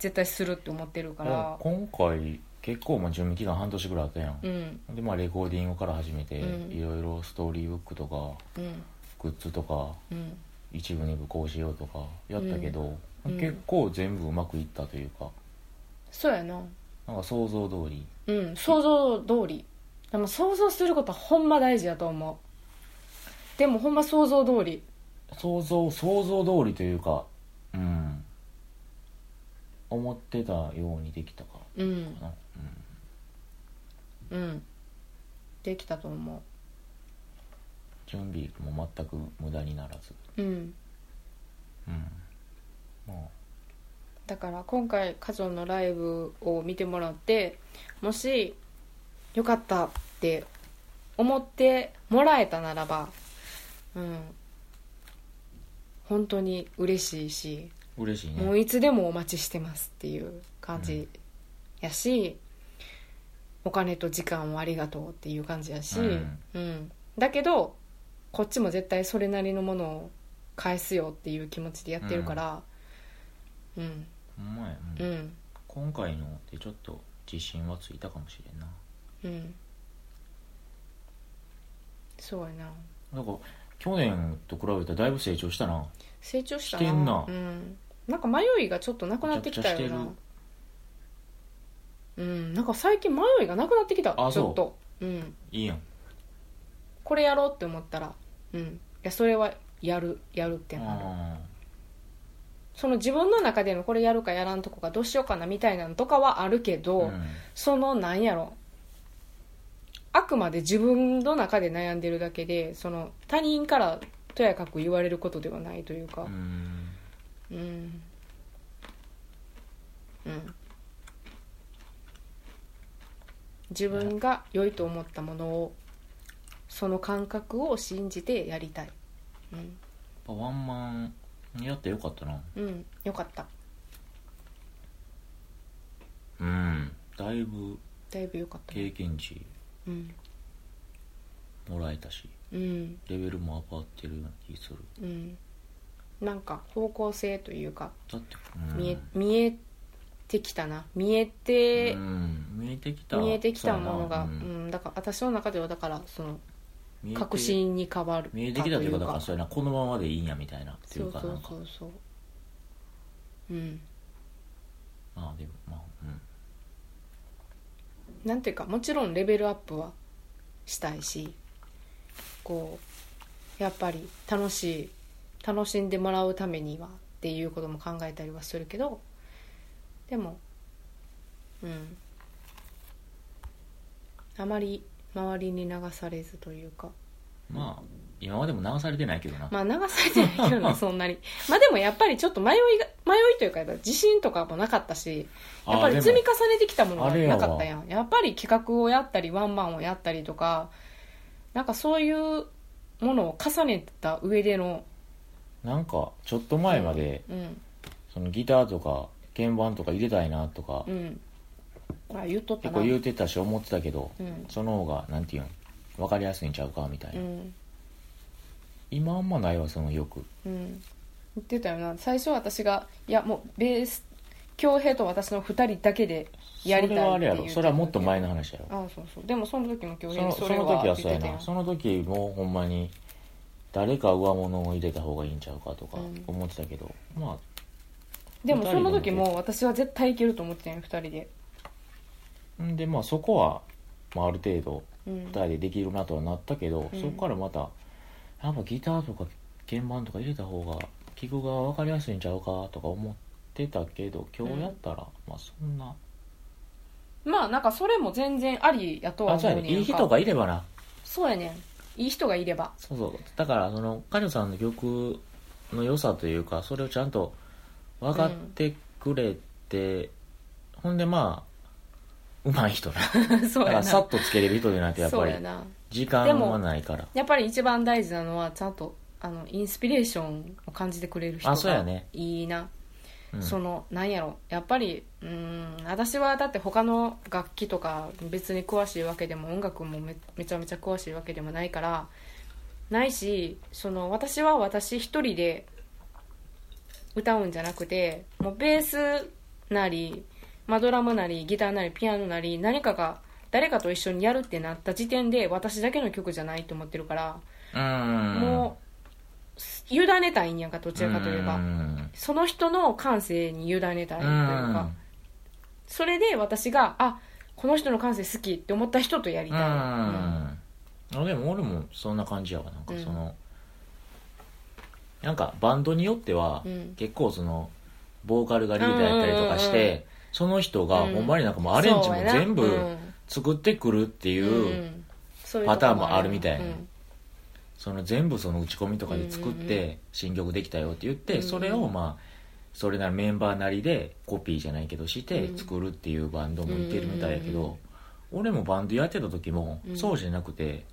Speaker 2: 絶対するって思ってるか
Speaker 1: だから
Speaker 2: ら
Speaker 1: 今回結構まあ準備期間半年ぐらいあったやん、
Speaker 2: うん
Speaker 1: でまあレコーディングから始めて、
Speaker 2: うん
Speaker 1: いろいろストーリーブックとか
Speaker 2: うん
Speaker 1: グッズとか
Speaker 2: うん
Speaker 1: 一部二部こうしようとかやったけど、
Speaker 2: うん
Speaker 1: 結構全部うまくいったというか
Speaker 2: そうやな
Speaker 1: なんか想像通り
Speaker 2: うん想像通りでも想像することはほんま大事やと思うでもほんま想像通り
Speaker 1: 想像想像通りというかうん思ってたようにできたか
Speaker 2: うん
Speaker 1: な、
Speaker 2: うんできたと思
Speaker 1: うん、準備も全く無駄にならず
Speaker 2: ううん
Speaker 1: うんまあ
Speaker 2: だから今回カジョンのライブを見てもらってもしよかったって思ってもらえたならばうん本当に嬉しいし、
Speaker 1: 嬉しい
Speaker 2: もう
Speaker 1: ね
Speaker 2: いつでもお待ちしてますっていう感じやし、お金と時間をありがとうっていう感じやし、
Speaker 1: うん
Speaker 2: うんだけどこっちも絶対それなりのものを返すよっていう気持ちでやってるから、うん
Speaker 1: ほんまや、
Speaker 2: う
Speaker 1: うん
Speaker 2: ん
Speaker 1: 今回のでちょっと自信はついたかもしれんな
Speaker 2: うんそうや
Speaker 1: な
Speaker 2: な
Speaker 1: んか去年と比べたらだいぶ成長したな
Speaker 2: 成長した
Speaker 1: してんな
Speaker 2: うん、なんか迷いがちょっとなくなってきた
Speaker 1: め
Speaker 2: よ
Speaker 1: ちゃくちゃ
Speaker 2: な
Speaker 1: し
Speaker 2: うんなんか最近迷いがなくなってきた
Speaker 1: あ
Speaker 2: ち
Speaker 1: そう
Speaker 2: ょっとうん
Speaker 1: いいやん
Speaker 2: これやろうって思ったらうんいやそれはやるやるってなる
Speaker 1: あ
Speaker 2: その自分の中でのこれやるかやらんとこかどうしようかなみたいなのとかはあるけ
Speaker 1: あ
Speaker 2: ど、
Speaker 1: うん
Speaker 2: そのなんやろあくまで自分の中で悩んでるだけでその他人からとやかく言われることではないというか
Speaker 1: うん
Speaker 2: うんうん自分が良いと思ったものをその感覚を信じてやりたいうん、
Speaker 1: やっぱワンマンやってよかったな
Speaker 2: うん、よかった
Speaker 1: うんだいぶ
Speaker 2: だいぶよかったね
Speaker 1: 経験値
Speaker 2: うん
Speaker 1: もらえたし
Speaker 2: うん
Speaker 1: レベルも上がってるような気する
Speaker 2: うんなんか方向性というか
Speaker 1: だって、うん、
Speaker 2: 見え,、見えてきたな見えて、
Speaker 1: うん、見えてきた
Speaker 2: 見えてきたものが、
Speaker 1: そううやなうん
Speaker 2: んだから私の中ではだからその
Speaker 1: 見えて
Speaker 2: 確信に変わる
Speaker 1: 見えてきたというかだ
Speaker 2: と
Speaker 1: からそうやなこのままでいいんやみたいなってい
Speaker 2: そうう
Speaker 1: か
Speaker 2: そ
Speaker 1: な
Speaker 2: うん
Speaker 1: か
Speaker 2: そうそううん
Speaker 1: まあでもまあうん
Speaker 2: なんていうかもちろんレベルアップはしたいしこうやっぱり楽しい楽しんでもらうためにはっていうことも考えたりはするけどでもうんあまり周りに流されずというか
Speaker 1: まあ今までも流されてないけどな、
Speaker 2: まあ流されてないけどなそんなにまあでもやっぱりちょっと迷いが迷いというか自信とかもなかったしやっぱ
Speaker 1: あ
Speaker 2: り
Speaker 1: で
Speaker 2: 積み
Speaker 1: も
Speaker 2: 重ねてきたものが
Speaker 1: あれや
Speaker 2: な
Speaker 1: わ
Speaker 2: かったやんやっぱり企画をやったりワンマンをやったりとかなんかそういうものを重ねた上での
Speaker 1: なんかちょっと前まで
Speaker 2: うん
Speaker 1: そのギターとか鍵盤とか入れたいなとか
Speaker 2: うんあ言っとった
Speaker 1: 結
Speaker 2: な
Speaker 1: 構言うてたし思ってたけど
Speaker 2: うん
Speaker 1: その方がなんていうん分かりやすいんちゃうかみたいうな、
Speaker 2: ん
Speaker 1: 今あんまないわその欲
Speaker 2: うん言ってたよな最初私がいやもうベース恭平と私の2人だけでやりたい
Speaker 1: それはあれや
Speaker 2: っ
Speaker 1: ろ
Speaker 2: て言ってた
Speaker 1: それはもっと前の話やろ
Speaker 2: あそうそうでもその時も恭
Speaker 1: そ
Speaker 2: 平に
Speaker 1: の
Speaker 2: そ
Speaker 1: そ
Speaker 2: れ
Speaker 1: の
Speaker 2: は
Speaker 1: 時
Speaker 2: 言
Speaker 1: は
Speaker 2: って
Speaker 1: そう
Speaker 2: たや
Speaker 1: や
Speaker 2: ん
Speaker 1: なその時もほんまに誰か上物を入れた方がいいんちゃうかとか
Speaker 2: うん
Speaker 1: 思ってたけど、ま
Speaker 2: でもその時も私は絶対いけると思ってたよ2人で
Speaker 1: あんでまあそこは、まあ、ある程度
Speaker 2: うん
Speaker 1: 2人でできるなとはなったけど、
Speaker 2: うん
Speaker 1: そこからまたやっぱギターとか鍵盤とか入れた方が聞くが分かりやすいんちゃうかとか思ってたけど今日やったら、まあそんな
Speaker 2: まあなんかそれも全然ありやとは
Speaker 1: あそう
Speaker 2: 思
Speaker 1: や
Speaker 2: う
Speaker 1: ね
Speaker 2: ねん
Speaker 1: いい人がいればな
Speaker 2: そうやねんいい人がいれ ば
Speaker 1: そうそうだからそのカリョさんの曲の良さというかそれをちゃんと分かってくれて、ほんでまあうまい人な
Speaker 2: そ
Speaker 1: だ
Speaker 2: う
Speaker 1: か
Speaker 2: や
Speaker 1: らさ
Speaker 2: な
Speaker 1: っとつけれる人でないとやっ
Speaker 2: そ
Speaker 1: ぱ
Speaker 2: う
Speaker 1: り
Speaker 2: やな
Speaker 1: 時間はないから
Speaker 2: やっぱり一番大事なのはちゃんとあのインスピレーションを感じてくれる人
Speaker 1: あそうや
Speaker 2: が
Speaker 1: ね
Speaker 2: いいな、
Speaker 1: うん
Speaker 2: そのなんやろやっぱりうーん私はだって他の楽器とか別に詳しいわけでも音楽もめめちゃめちゃ詳しいわけでもないからないしその私は私一人で歌うんじゃなくてもうベースなり、まあ、ドラムなりギターなりピアノなり何かが誰かと一緒にやるってなった時点で私だけの曲じゃないと思ってるから、
Speaker 1: うん
Speaker 2: もう委ねたいんやんかどちらかといえば、
Speaker 1: うん
Speaker 2: その人の感性に委ねたいというか、それで私があこの人の感性好きって思った人とやり
Speaker 1: う
Speaker 2: たい、うん
Speaker 1: んあでも俺もそんな感じやわなんか
Speaker 2: うん
Speaker 1: その、なんかバンドによっては、
Speaker 2: うん
Speaker 1: 結構そのボーカルがリーダーやったりとかして、
Speaker 2: うんうんうん
Speaker 1: その人が
Speaker 2: うん
Speaker 1: ほんまになんかもうアレンジ
Speaker 2: そう
Speaker 1: も
Speaker 2: やな
Speaker 1: 全
Speaker 2: う
Speaker 1: 部
Speaker 2: ん
Speaker 1: 作ってくるっていう、
Speaker 2: うんそういうとこ
Speaker 1: パターンもあるみたいな
Speaker 2: うん
Speaker 1: その全部その打ち込みとかで作っ
Speaker 2: うん
Speaker 1: て新曲できたよって言って、
Speaker 2: うん
Speaker 1: それをまあそれなりメンバーなりでコピーじゃないけどして
Speaker 2: うん
Speaker 1: 作るっていうバンドもいてるみたいやけ
Speaker 2: うんうん
Speaker 1: ど、俺もバンドやってた時も
Speaker 2: うん
Speaker 1: そうじゃなくて、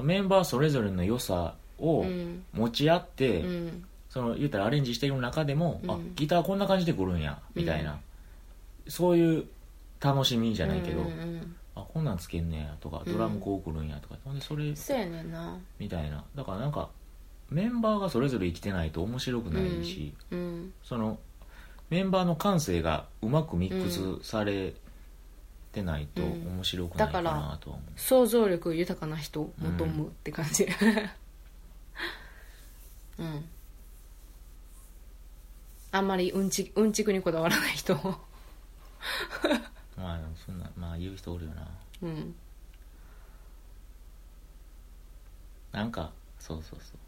Speaker 1: メンバーそれぞれの良さを
Speaker 2: うん
Speaker 1: 持ち合って、
Speaker 2: うん
Speaker 1: その言ったらアレンジしている中でも、
Speaker 2: うん
Speaker 1: あギターこんな感じで来るんやみたいな、そういう楽しみじゃないけど、
Speaker 2: うんうんうん
Speaker 1: あこんなんつけんねやとかドラムこう来るんやとか、ほんでそれ
Speaker 2: そうやねんな
Speaker 1: みたいなだからなんかメンバーがそれぞれ生きてないと面白くないし、
Speaker 2: うん
Speaker 1: そのメンバーの感性がうまくミックスされてないと
Speaker 2: うん
Speaker 1: 面白くないか
Speaker 2: だか
Speaker 1: なとは思う、
Speaker 2: 想像力豊かな人を求むって感じ うん、あんまりうんちうんちくにこだわらない人を
Speaker 1: まあでもそんなまあ言う人おるよな
Speaker 2: うん
Speaker 1: なんかそうそうそう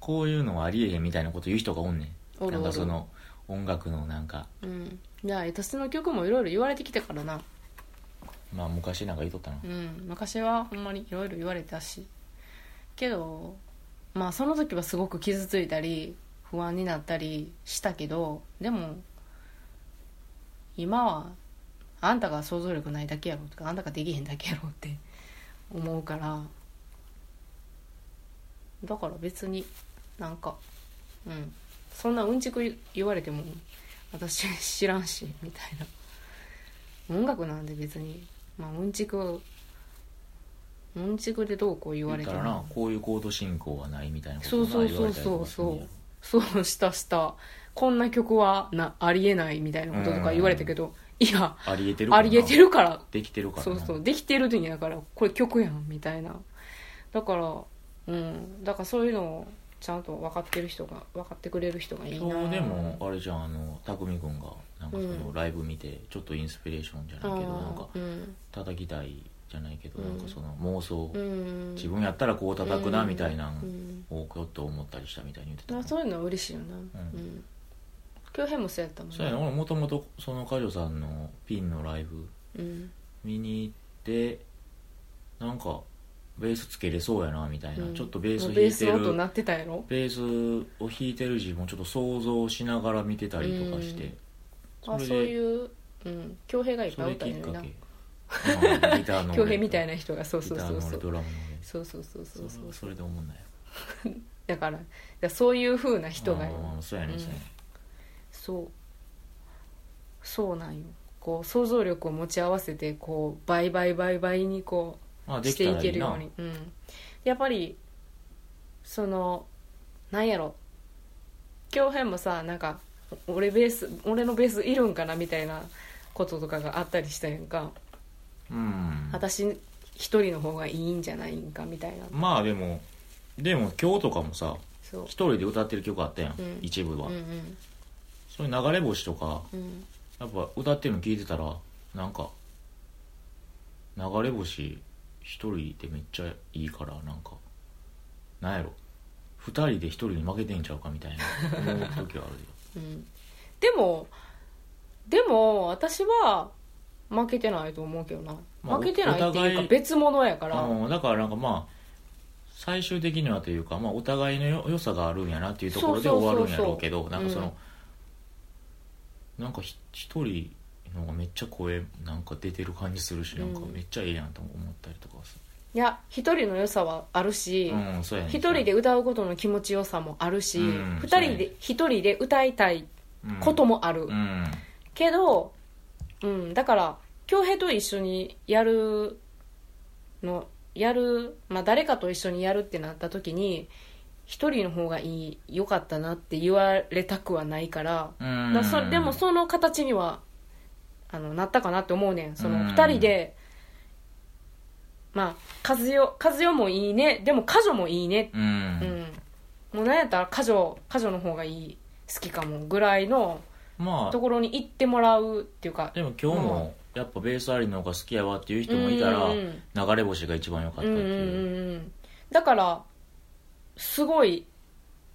Speaker 1: こういうのはありえへんみたいなこと言う人がおんね
Speaker 2: お
Speaker 1: んな
Speaker 2: るお
Speaker 1: んか
Speaker 2: る
Speaker 1: その音楽のなんか
Speaker 2: うんいや私の曲もいろいろ言われてきたからな
Speaker 1: まあ昔なんか言うとったな
Speaker 2: うん昔はほんまにいろいろ言われたしけどまあその時はすごく傷ついたり不安になったりしたけどでも今はあんたが想像力ないだけやろとかあんたができへんだけやろって思うからだから別になんかうんそんなうんちく言われても私知らんしみたいな音楽なんで別にまあうんちくはうんちくでどうこう言われ
Speaker 1: 言っ
Speaker 2: て
Speaker 1: たら
Speaker 2: も
Speaker 1: なこういうコード進行はないみたいなこと
Speaker 2: そうそうそうそうそうそうしたしたこんな曲はなありえないみたいなこととか言われたけどいや
Speaker 1: うありえてる
Speaker 2: ありえてるから
Speaker 1: できてるから
Speaker 2: そ
Speaker 1: な
Speaker 2: うそうできてるんやからこれ曲やんみたいなだからうんだからそういうのをちゃんと分かってる人が分かってくれる人がいいな
Speaker 1: そうでもあれじゃんあの匠君がなんかそ
Speaker 2: うん
Speaker 1: のライブ見てちょっとインスピレーションじゃ
Speaker 2: あ
Speaker 1: ないけど、なんか
Speaker 2: ーうん
Speaker 1: 叩きたいじゃないけど、
Speaker 2: うん
Speaker 1: なんかその妄想、
Speaker 2: うん
Speaker 1: 自分やったらこう叩くなみたいな
Speaker 2: うんん
Speaker 1: をちょっと思ったりしたみたいに言って
Speaker 2: だ
Speaker 1: た
Speaker 2: からそういうのは嬉しいよな
Speaker 1: うん
Speaker 2: うん恭平もそうやったもん
Speaker 1: そうやね俺もともとそのカジョさんのピンのライブ
Speaker 2: うん
Speaker 1: 見に行ってなんかベースつけれそうやなみたいな、
Speaker 2: うん
Speaker 1: ちょっとベース弾
Speaker 2: ベー
Speaker 1: いて
Speaker 2: ス音
Speaker 1: る
Speaker 2: 鳴ってたやろ
Speaker 1: ベースを弾いてる自分をちょっと想像しながら見てたりとかして、
Speaker 2: うん
Speaker 1: そ
Speaker 2: あ
Speaker 1: れ
Speaker 2: そう
Speaker 1: で
Speaker 2: いううん恭平がいっ
Speaker 1: そ
Speaker 2: ぱいお
Speaker 1: れ
Speaker 2: った
Speaker 1: き
Speaker 2: ん
Speaker 1: っ
Speaker 2: やろ
Speaker 1: か
Speaker 2: な
Speaker 1: けうんギターの俺と
Speaker 2: 恭平みたいな人がそう
Speaker 1: ギ
Speaker 2: そ
Speaker 1: タ
Speaker 2: う
Speaker 1: ーの俺
Speaker 2: そうそう
Speaker 1: ドラムの俺
Speaker 2: そうそうそうそう
Speaker 1: そ
Speaker 2: そ
Speaker 1: れは
Speaker 2: う
Speaker 1: それで思んない
Speaker 2: だからだからそういうふうな人が
Speaker 1: あーそうやねそうやね、
Speaker 2: そうそうなんよこう想像力を持ち合わせてこう倍倍倍倍にこ
Speaker 1: まあ
Speaker 2: う
Speaker 1: で
Speaker 2: し
Speaker 1: き
Speaker 2: て
Speaker 1: た
Speaker 2: い
Speaker 1: ら
Speaker 2: け
Speaker 1: い
Speaker 2: る
Speaker 1: い
Speaker 2: よ
Speaker 1: な
Speaker 2: うにうん、やっぱりそのなんやろ恭平もさなんかお俺ベース俺のベースいるんかなみたいなこととかがあったりしたやんか
Speaker 1: うん
Speaker 2: 私一人の方がいいんじゃないんかみたいな
Speaker 1: まあでもでも今日とかもさ
Speaker 2: そう
Speaker 1: 一人で歌ってる曲あったやん、
Speaker 2: うん
Speaker 1: 一部は、
Speaker 2: うんうん
Speaker 1: そういう流れ星とか
Speaker 2: うん
Speaker 1: やっぱ歌ってるの聞いてたらなんか流れ星一人でめっちゃいいからなんかなんやろ二人で一人に負けてんちゃうかみたいな思う時はあるよ
Speaker 2: うんでもでも私は負けてないと思うけどな、
Speaker 1: まあ
Speaker 2: 負けてないって
Speaker 1: お
Speaker 2: いうか
Speaker 1: 互い
Speaker 2: 別物やから、
Speaker 1: うんだからなんかまあ最終的にはというか、まあ、お互いのよ良さがあるんやなっていうところで
Speaker 2: そう
Speaker 1: 終
Speaker 2: そうそう
Speaker 1: わ
Speaker 2: そう
Speaker 1: るんやろうけどなんかその、なんかひ一人のがめっちゃ声なんか出てる感じするし、なんか
Speaker 2: うん
Speaker 1: めっちゃええやんと思ったりとかす
Speaker 2: いや一人の良さはあるし
Speaker 1: る、うんそうやね
Speaker 2: 一人で歌うことの気持ちよさもあるし、
Speaker 1: うん
Speaker 2: 二人
Speaker 1: そうや
Speaker 2: で一人で歌いたいこともあ
Speaker 1: う
Speaker 2: る、
Speaker 1: ん、うん
Speaker 2: けど、うん、だから恭平と一緒にやるのやる、まあ、誰かと一緒にやるってなった時に一人の方がいい良かったなって言われたくはないから
Speaker 1: うん
Speaker 2: だからそれでもその形にはあのなったかなって思うねんその
Speaker 1: うん
Speaker 2: 2人で、まあ和代和代もいいねでも家女もいいね
Speaker 1: う
Speaker 2: うん、
Speaker 1: ん、
Speaker 2: もうなんやったら家女家女の方がいい好きかもぐらいの
Speaker 1: ま
Speaker 2: と
Speaker 1: あ
Speaker 2: ころに行ってもらうっていうか
Speaker 1: でも今日もやっぱベースありの方が好きやわっていう人もいたら、
Speaker 2: うんうん
Speaker 1: 流れ星が一番良かった
Speaker 2: う
Speaker 1: っ
Speaker 2: ん
Speaker 1: て
Speaker 2: うんう
Speaker 1: いう、
Speaker 2: んうんだからすごい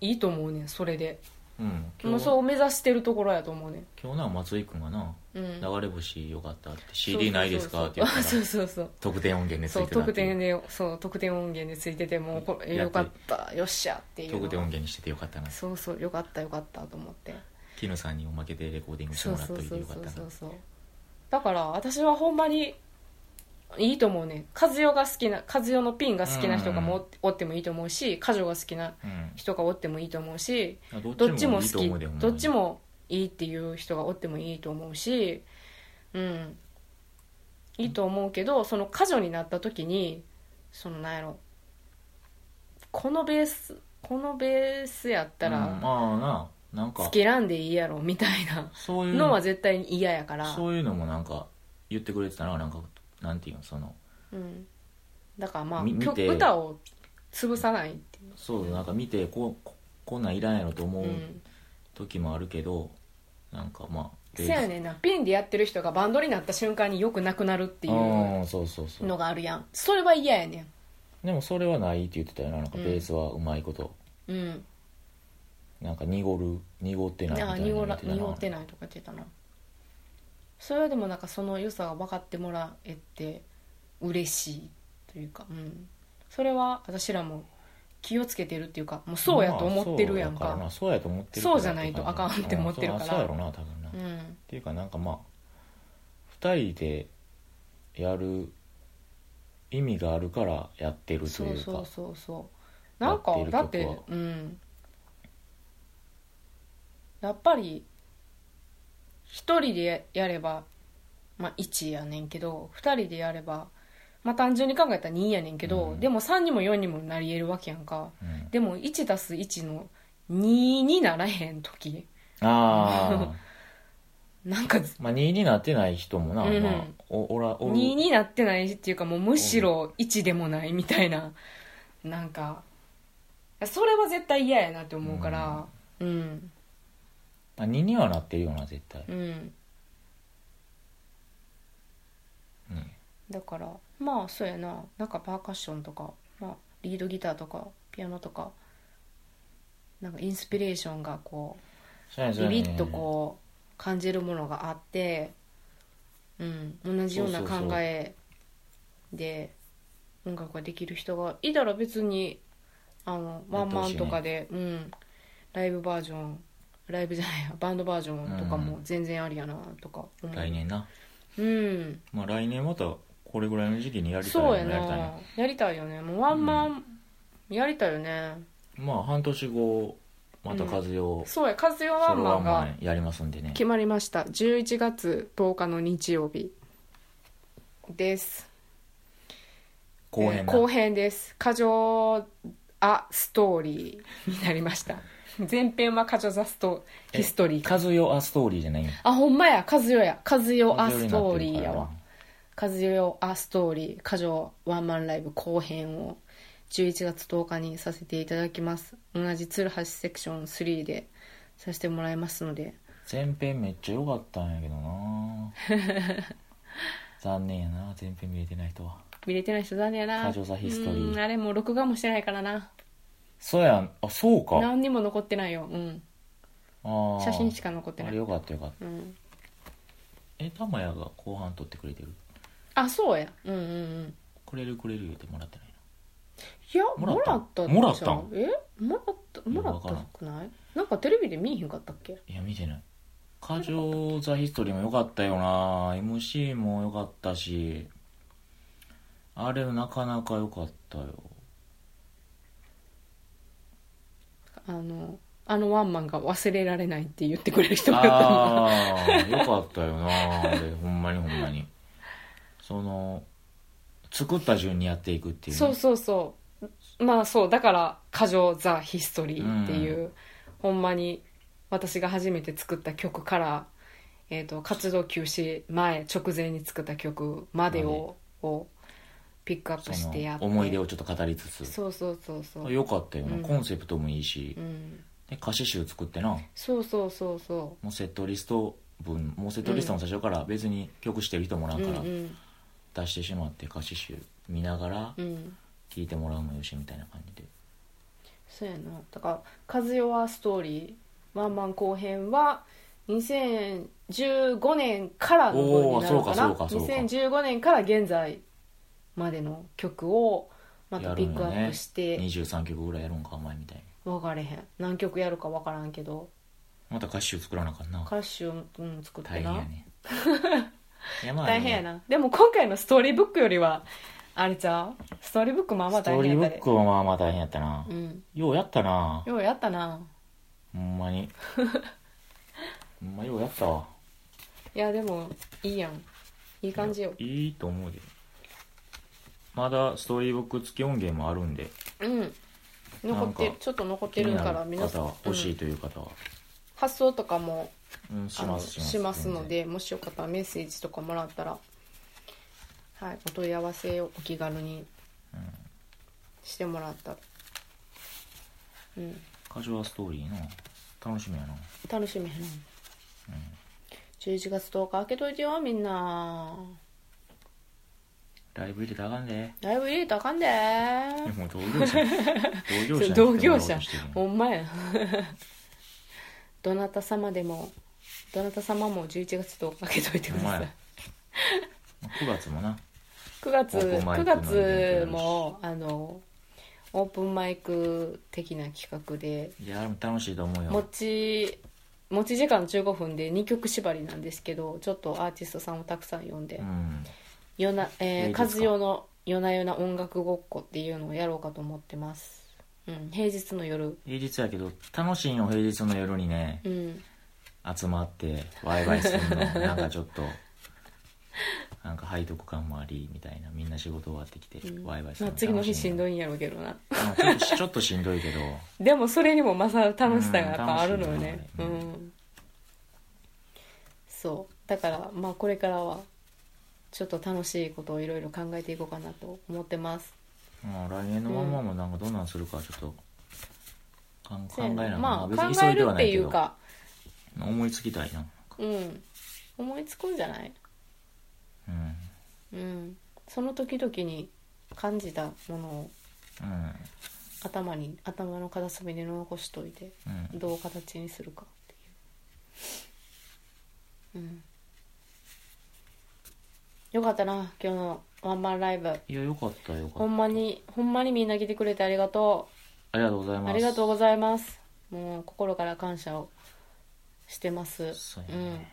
Speaker 2: いいと思うねんそれで
Speaker 1: うん
Speaker 2: も
Speaker 1: 今
Speaker 2: う
Speaker 1: 日
Speaker 2: そう目指してるところやと思うねん
Speaker 1: 今日な松井君がな
Speaker 2: うん
Speaker 1: 流れ星よかったって CD ないですかって言ったら
Speaker 2: そうそうそうそう
Speaker 1: 特典音源でつ
Speaker 2: そう
Speaker 1: いてた
Speaker 2: 特
Speaker 1: ってい
Speaker 2: 典
Speaker 1: う
Speaker 2: でそう特典音源でついててもうこれ
Speaker 1: や
Speaker 2: よ
Speaker 1: って
Speaker 2: かったよっしゃっていうの
Speaker 1: 特典音源にしててよかったな
Speaker 2: そうそうよかったよかったと思って
Speaker 1: キヌさんにおまけでレコーディングして
Speaker 2: そう
Speaker 1: もらっ
Speaker 2: そ
Speaker 1: と
Speaker 2: う
Speaker 1: い
Speaker 2: そ
Speaker 1: て
Speaker 2: う
Speaker 1: よか
Speaker 2: そ
Speaker 1: っ
Speaker 2: う
Speaker 1: た
Speaker 2: そ
Speaker 1: な
Speaker 2: うそうだから私はほんまにいいと思うね和代が好きな和代のピンが好きな人がもおってもいいと思うし家女が好きな
Speaker 1: うん
Speaker 2: 人がおってもいいと思うし
Speaker 1: いや
Speaker 2: どっちも好
Speaker 1: いいと思うで
Speaker 2: きどっちもいいっていう人がおってもいいと思うしうんいいと思うけどその家女になった時にそのなんやろこのベースこのベースやった
Speaker 1: うん
Speaker 2: ら
Speaker 1: まあななん
Speaker 2: 好
Speaker 1: か
Speaker 2: き選んでいいやろみたいな
Speaker 1: そういう
Speaker 2: のは絶対に嫌やから、
Speaker 1: そういうのもなんか言ってくれてたななんかなんていうのその
Speaker 2: うん、だからまあ
Speaker 1: み見て
Speaker 2: 曲歌を潰さないっていう、
Speaker 1: そうなんか見てこうここんなんいらんやろと思う
Speaker 2: う、
Speaker 1: うん時もあるけど、なんかまあ
Speaker 2: せやねんなピンでやってる人がバンドになった瞬間によくなくなるっ
Speaker 1: て
Speaker 2: てい
Speaker 1: いううんそうそうそう
Speaker 2: のがあるやんそれは嫌やねん
Speaker 1: でもそれはないって言ってたよななんか
Speaker 2: うん
Speaker 1: ベースはうまいこと、
Speaker 2: うん、
Speaker 1: なんか濁る濁ってないみ
Speaker 2: あ
Speaker 1: たいな
Speaker 2: 濁
Speaker 1: 言
Speaker 2: ら
Speaker 1: ってたな
Speaker 2: 濁ってないとか言ってたなそれはでもなんかその良さが分かってもらえて嬉しいというか、うん、それは私らも気をつけてるっていうかもうそうやと思ってるやんか,、
Speaker 1: まあそうやからなそうやと思ってる
Speaker 2: そうじゃないとあかんって思ってるから
Speaker 1: うんそうやろな多分な、
Speaker 2: う
Speaker 1: っ
Speaker 2: ん
Speaker 1: ていうかなんかまあ二人でやる意味があるからやってるというか
Speaker 2: そうそうそうそうなんか
Speaker 1: やってる
Speaker 2: だって
Speaker 1: 曲は
Speaker 2: うんやっぱり一人でやればまあ1やねんけど二人でやればまあ単純に考えたら2やねんけど、
Speaker 1: うん
Speaker 2: でも3にも4にもなり得るわけやんか
Speaker 1: うん
Speaker 2: でも1たす1の2にならへん時
Speaker 1: ああ
Speaker 2: なんか
Speaker 1: まあ2になってない人もな、
Speaker 2: うん
Speaker 1: まあ、おおらお
Speaker 2: 2
Speaker 1: る
Speaker 2: になってないっていうかもうむしろ1でもないみたいななんかそれは絶対嫌やなって思うからうん
Speaker 1: まあ、2にはなってるよな絶対
Speaker 2: うん、
Speaker 1: うん
Speaker 2: だからまあそうやななんかパーカッションとか、まあ、リードギターとかピアノとかなんかインスピレーションがこ
Speaker 1: そうやね
Speaker 2: う
Speaker 1: そう
Speaker 2: ビ
Speaker 1: やね
Speaker 2: ビッとこう感じるものがあって、うん、同じような考えで音楽ができる人がいたら別にあのワンマンとかで、うん、ライブバージョンライブじゃないやバンドバージョンとかも全然ありやなとか思う
Speaker 1: 来年な
Speaker 2: うん
Speaker 1: まあ来年またこれぐらいの時期にやりたい
Speaker 2: そうやな
Speaker 1: やりたいな
Speaker 2: やりたいよねもうワンマンやりたいよね、
Speaker 1: まあ半年後また和代を
Speaker 2: そうや和代ワ
Speaker 1: ソ
Speaker 2: ン
Speaker 1: ロ
Speaker 2: マ
Speaker 1: ワ
Speaker 2: ン
Speaker 1: ン
Speaker 2: が
Speaker 1: マンやりますんでね
Speaker 2: 決まりました11月10日の日曜日です
Speaker 1: 後編
Speaker 2: えー
Speaker 1: な
Speaker 2: 後編です「過剰あストーリー」になりました前編は「過剰ザストヒストリーか
Speaker 1: 和代アストーリーじゃないよ」
Speaker 2: あほんまや和代や和代アストー
Speaker 1: 和代にな
Speaker 2: リ
Speaker 1: ってる
Speaker 2: ー
Speaker 1: から
Speaker 2: やわ和代アストーリー過剰ワンマンライブ後編を11月10日にさせていただきます同じ鶴橋セクション3でさせてもらいますので
Speaker 1: 前編めっちゃ良かったんやけど な残念やな前編見れてない人は
Speaker 2: 見れてない人残念やな
Speaker 1: 過剰座ヒストリー
Speaker 2: うんあれもう録画もしてないからな
Speaker 1: そうやんあそうか
Speaker 2: 何にも残ってないよ、うん、
Speaker 1: あー
Speaker 2: 写真しか残って
Speaker 1: あ
Speaker 2: な
Speaker 1: れ
Speaker 2: い
Speaker 1: よかったよかった
Speaker 2: うん、
Speaker 1: え玉やが後半撮ってくれてる
Speaker 2: あそうやうんうんうん
Speaker 1: くれるくれる言うてもらってない
Speaker 2: いや
Speaker 1: も
Speaker 2: も
Speaker 1: ら
Speaker 2: ら
Speaker 1: っ
Speaker 2: ったた
Speaker 1: もらった
Speaker 2: じゃんえもらった
Speaker 1: いや
Speaker 2: もら
Speaker 1: わ
Speaker 2: っ
Speaker 1: からん
Speaker 2: たくないなんかテレビで見えへんかったっけ
Speaker 1: ないや見てない「過剰ザ・ヒストリー」も良かったよな MC も良かったしあれなかなか良かったよ
Speaker 2: あのあのワンマンが忘れられないって言ってくれる人もいたな
Speaker 1: ああーよかったよなあれほんまにほんまにその作った順にやっていくっていうね、
Speaker 2: そうそうそうまあそうだから「過剰ザ・ヒストリー」っていう、ほんまに私が初めて作った曲から、えー、と活動休止前直前に作った曲までををピックアップ
Speaker 1: そ
Speaker 2: してやっ
Speaker 1: の
Speaker 2: て
Speaker 1: 思い出をちょっと語りつつ
Speaker 2: そうそうそうそう、
Speaker 1: 良かったよな、
Speaker 2: うん
Speaker 1: コンセプトもいいし
Speaker 2: うん、
Speaker 1: で歌詞集作ってなも
Speaker 2: そうそうそうそう
Speaker 1: セットリスト分もうセットリストも最初から別に曲してる人もらう
Speaker 2: う
Speaker 1: から、
Speaker 2: んうん
Speaker 1: 出してしまって歌詞集見ながら
Speaker 2: うん
Speaker 1: 聞いてもらうもよしみたいな感じで
Speaker 2: そうやなだから「和代はストーリー」ワンマン後編は2015年からの分にな
Speaker 1: おーそ
Speaker 2: るかな
Speaker 1: うかそうかそうか
Speaker 2: 2015年から現在までの曲をまたピックアップして
Speaker 1: 23曲ぐらいやるんかお前みたいに
Speaker 2: 分かれへん何曲やるか分からんけど
Speaker 1: また歌詞集作らなあかんな
Speaker 2: 歌詞を、うん、作って
Speaker 1: 大変や
Speaker 2: な、
Speaker 1: ねいやまあ
Speaker 2: 大変やなでも今回のストーリーブックよりはあれちゃうストーリーブックまあまあ
Speaker 1: スト
Speaker 2: 大
Speaker 1: ーリー
Speaker 2: 変
Speaker 1: ブ
Speaker 2: やったで
Speaker 1: ックはまあまあ大変やったな、
Speaker 2: うん
Speaker 1: ようやったな
Speaker 2: ようやったな
Speaker 1: ほんま にほんまようやったわ
Speaker 2: いやでもいいやんいい感じよ
Speaker 1: いやいいと思うでまだストーリーブック付き音源もあるんで
Speaker 2: うん残って
Speaker 1: なん
Speaker 2: る
Speaker 1: か
Speaker 2: ちょっと残っ
Speaker 1: 気
Speaker 2: て
Speaker 1: に
Speaker 2: る
Speaker 1: な
Speaker 2: から
Speaker 1: る
Speaker 2: 皆さ
Speaker 1: 方
Speaker 2: ん
Speaker 1: は欲し
Speaker 2: う
Speaker 1: い
Speaker 2: ん
Speaker 1: という方は、
Speaker 2: 発送とかも
Speaker 1: うん、し
Speaker 2: あの
Speaker 1: ます
Speaker 2: しますのでもしよかったらメッセージとかもらったら、はい、お問い合わせをお気軽にしてもらったら、うん、
Speaker 1: カジュアルストーリーな楽しみやな
Speaker 2: 楽しみやな、11月10日開けといてよみんな
Speaker 1: ライブ入れたらあかんで
Speaker 2: ライブ入れたらあかんで
Speaker 1: いやもう同業 者同業者に
Speaker 2: 同業者
Speaker 1: 来てもらおうとしてる
Speaker 2: ほんまや どなた様でもどなた様も11月10日開けといてくだ
Speaker 1: ほんま
Speaker 2: さい
Speaker 1: や9月もな
Speaker 2: 9月
Speaker 1: オープンマイ
Speaker 2: 9
Speaker 1: クのイベントやる
Speaker 2: 月
Speaker 1: し
Speaker 2: もあのオープンマイク的な企画で
Speaker 1: いや楽しいと思う
Speaker 2: 持
Speaker 1: よ
Speaker 2: ち持ち時間15分で2曲縛りなんですけどちょっとアーティストさんをたくさん呼んで
Speaker 1: うん
Speaker 2: 「よなえ
Speaker 1: いいです
Speaker 2: ー、
Speaker 1: か
Speaker 2: 和代の夜な夜な音楽ごっこ」っていうのをやろうかと思ってます、うん、平日の夜
Speaker 1: 平日やけど楽しいんよ平日の夜にね
Speaker 2: うん
Speaker 1: 集まってワイワイするの なんかちょっとなんか背徳感もありみたいなみんな仕事終わってきて
Speaker 2: うん
Speaker 1: ワイワイす
Speaker 2: まあ
Speaker 1: る
Speaker 2: 次の日しんど
Speaker 1: い
Speaker 2: いんやろうけどな
Speaker 1: ちょっと ちょっとしんどいけど
Speaker 2: でもそれにも勝る楽しさがやっぱあるのよね
Speaker 1: う
Speaker 2: うんん、
Speaker 1: 楽しい
Speaker 2: そうだからまあこれからはちょっと楽しいことをいろいろ考えていこうかなと思ってます
Speaker 1: まあ来年のまんまもなんかどんなんするかちょっとかん考えながら、
Speaker 2: まあ
Speaker 1: 別に
Speaker 2: 考
Speaker 1: 急
Speaker 2: え
Speaker 1: いで
Speaker 2: る
Speaker 1: は
Speaker 2: っ
Speaker 1: な
Speaker 2: て
Speaker 1: い
Speaker 2: い
Speaker 1: け
Speaker 2: う
Speaker 1: ど
Speaker 2: か
Speaker 1: 思いつきたいな
Speaker 2: うん思いつくんじゃない
Speaker 1: うん
Speaker 2: うんその時々に感じたものを
Speaker 1: うん
Speaker 2: 頭に頭の片隅に残しといて
Speaker 1: うん
Speaker 2: どう形にするかっていううんよかったな今日のワンマンライブ
Speaker 1: いやよかったよかった
Speaker 2: ほんまにほんまにみんな来てくれてありがと
Speaker 1: ありがとうございうます
Speaker 2: ありがとうございますもう心から感謝をしてます
Speaker 1: そうやね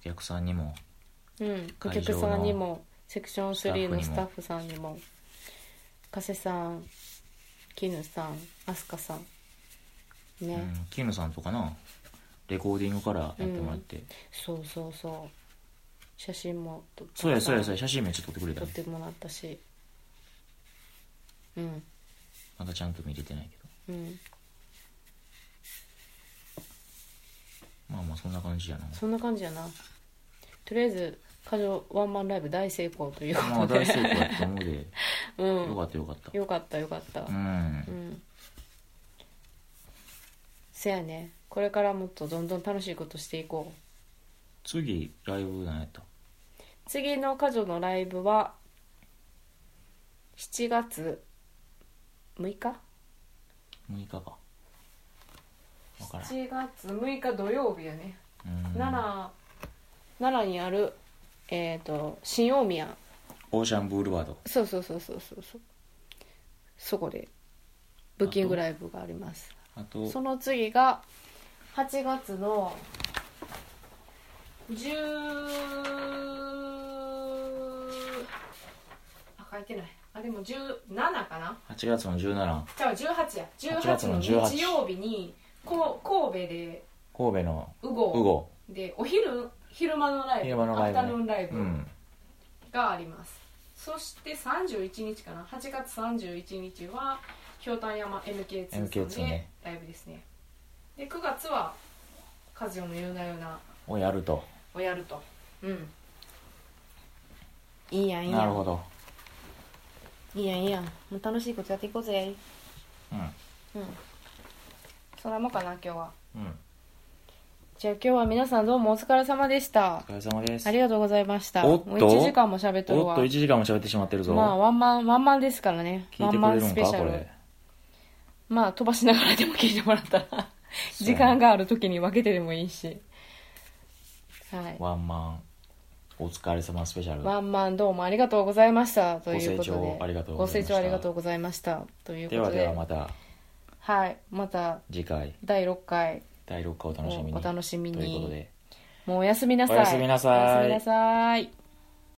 Speaker 1: お客さんにも
Speaker 2: うん、うん、お
Speaker 1: 会場の
Speaker 2: 客さんにもセクション3の
Speaker 1: ス
Speaker 2: ス
Speaker 1: タ
Speaker 2: タ
Speaker 1: ッ
Speaker 2: ッフさんにも加瀬さん絹さん飛鳥さんね、
Speaker 1: うん、キムさんとかなレコーディングからやってもらって、
Speaker 2: そうそうそう写真も撮って
Speaker 1: そうやそうやそうや写真めっちゃ撮ってくれた
Speaker 2: 撮っ
Speaker 1: ね
Speaker 2: てもらったしうん
Speaker 1: まだちゃんと見れてないけど
Speaker 2: うん
Speaker 1: まあまあそんな感じやな
Speaker 2: そんな感じやなとりあえず過剰ワンマンライブ大成功というこ
Speaker 1: まあ
Speaker 2: とで、
Speaker 1: 大成功やったと思うで
Speaker 2: う
Speaker 1: よ
Speaker 2: ん
Speaker 1: かったよかった
Speaker 2: よかったよかった
Speaker 1: うん、
Speaker 2: うんせやねこれからもっとどんどん楽しいことしていこう
Speaker 1: 次ライブ何やった
Speaker 2: 次の過剰のライブは7月6日
Speaker 1: 6日か分からん
Speaker 2: 7月6日土曜日やね
Speaker 1: うん
Speaker 2: 奈良奈良にあるえっ、と新大宮
Speaker 1: オーシャンブールワード
Speaker 2: そうそうそうそうそうそうそこでブッキングライブがあります
Speaker 1: あと
Speaker 2: その次が8月の10あ書いてないあでも17かな
Speaker 1: 8月の17
Speaker 2: じゃあ18や
Speaker 1: 8月の
Speaker 2: 18の日曜日にこ神戸で
Speaker 1: 神戸の
Speaker 2: ウ
Speaker 1: ウ
Speaker 2: ゴ
Speaker 1: ゴ
Speaker 2: でお昼昼間 のライブ
Speaker 1: 昼間のライブね
Speaker 2: アフタヌーンライブ、
Speaker 1: うん
Speaker 2: がありますそして31日かな8月31日はひょうたん山 MK2 さん
Speaker 1: MK2
Speaker 2: で
Speaker 1: ね
Speaker 2: ライブですねで9月は「カジオの夜な夜な
Speaker 1: をやると」
Speaker 2: をやるとうんいいやんいいや
Speaker 1: なるほ
Speaker 2: ん
Speaker 1: ど
Speaker 2: いいやんいいやんもう楽しいことやっていこうぜ
Speaker 1: う
Speaker 2: うんそれもかな今日は
Speaker 1: んうん
Speaker 2: じゃあ今日は皆さんどうもお疲れ様でした
Speaker 1: お疲れ様です
Speaker 2: ありがとうございました
Speaker 1: おっと
Speaker 2: もう1時間も喋っとる
Speaker 1: お
Speaker 2: わ
Speaker 1: っと1時間も喋ってしまってるぞ、
Speaker 2: まあワンマンワンマンですからね
Speaker 1: 聞いてく
Speaker 2: ワ
Speaker 1: れ
Speaker 2: ン
Speaker 1: る
Speaker 2: マ
Speaker 1: ん
Speaker 2: ンスペ
Speaker 1: か
Speaker 2: シャ
Speaker 1: こ
Speaker 2: ル
Speaker 1: れ
Speaker 2: まあ飛ばしながらでも聞いてもらったら時間がある時に分けてでもいいしはい
Speaker 1: ワンマンお疲れ様スペシャル
Speaker 2: ワンマンどうもありがとうございましたということで
Speaker 1: ご清聴ありがとうご
Speaker 2: ご
Speaker 1: ざいまし
Speaker 2: 清
Speaker 1: た
Speaker 2: 聴ありがとうございましたというこ
Speaker 1: で
Speaker 2: と
Speaker 1: は
Speaker 2: で
Speaker 1: ではまた
Speaker 2: はいまた
Speaker 1: 次回
Speaker 2: 第6回
Speaker 1: 第6回をお楽しみに
Speaker 2: をお楽しみに
Speaker 1: ということで
Speaker 2: もうおやすみなさい
Speaker 1: おやすみなさい
Speaker 2: おやすみなさい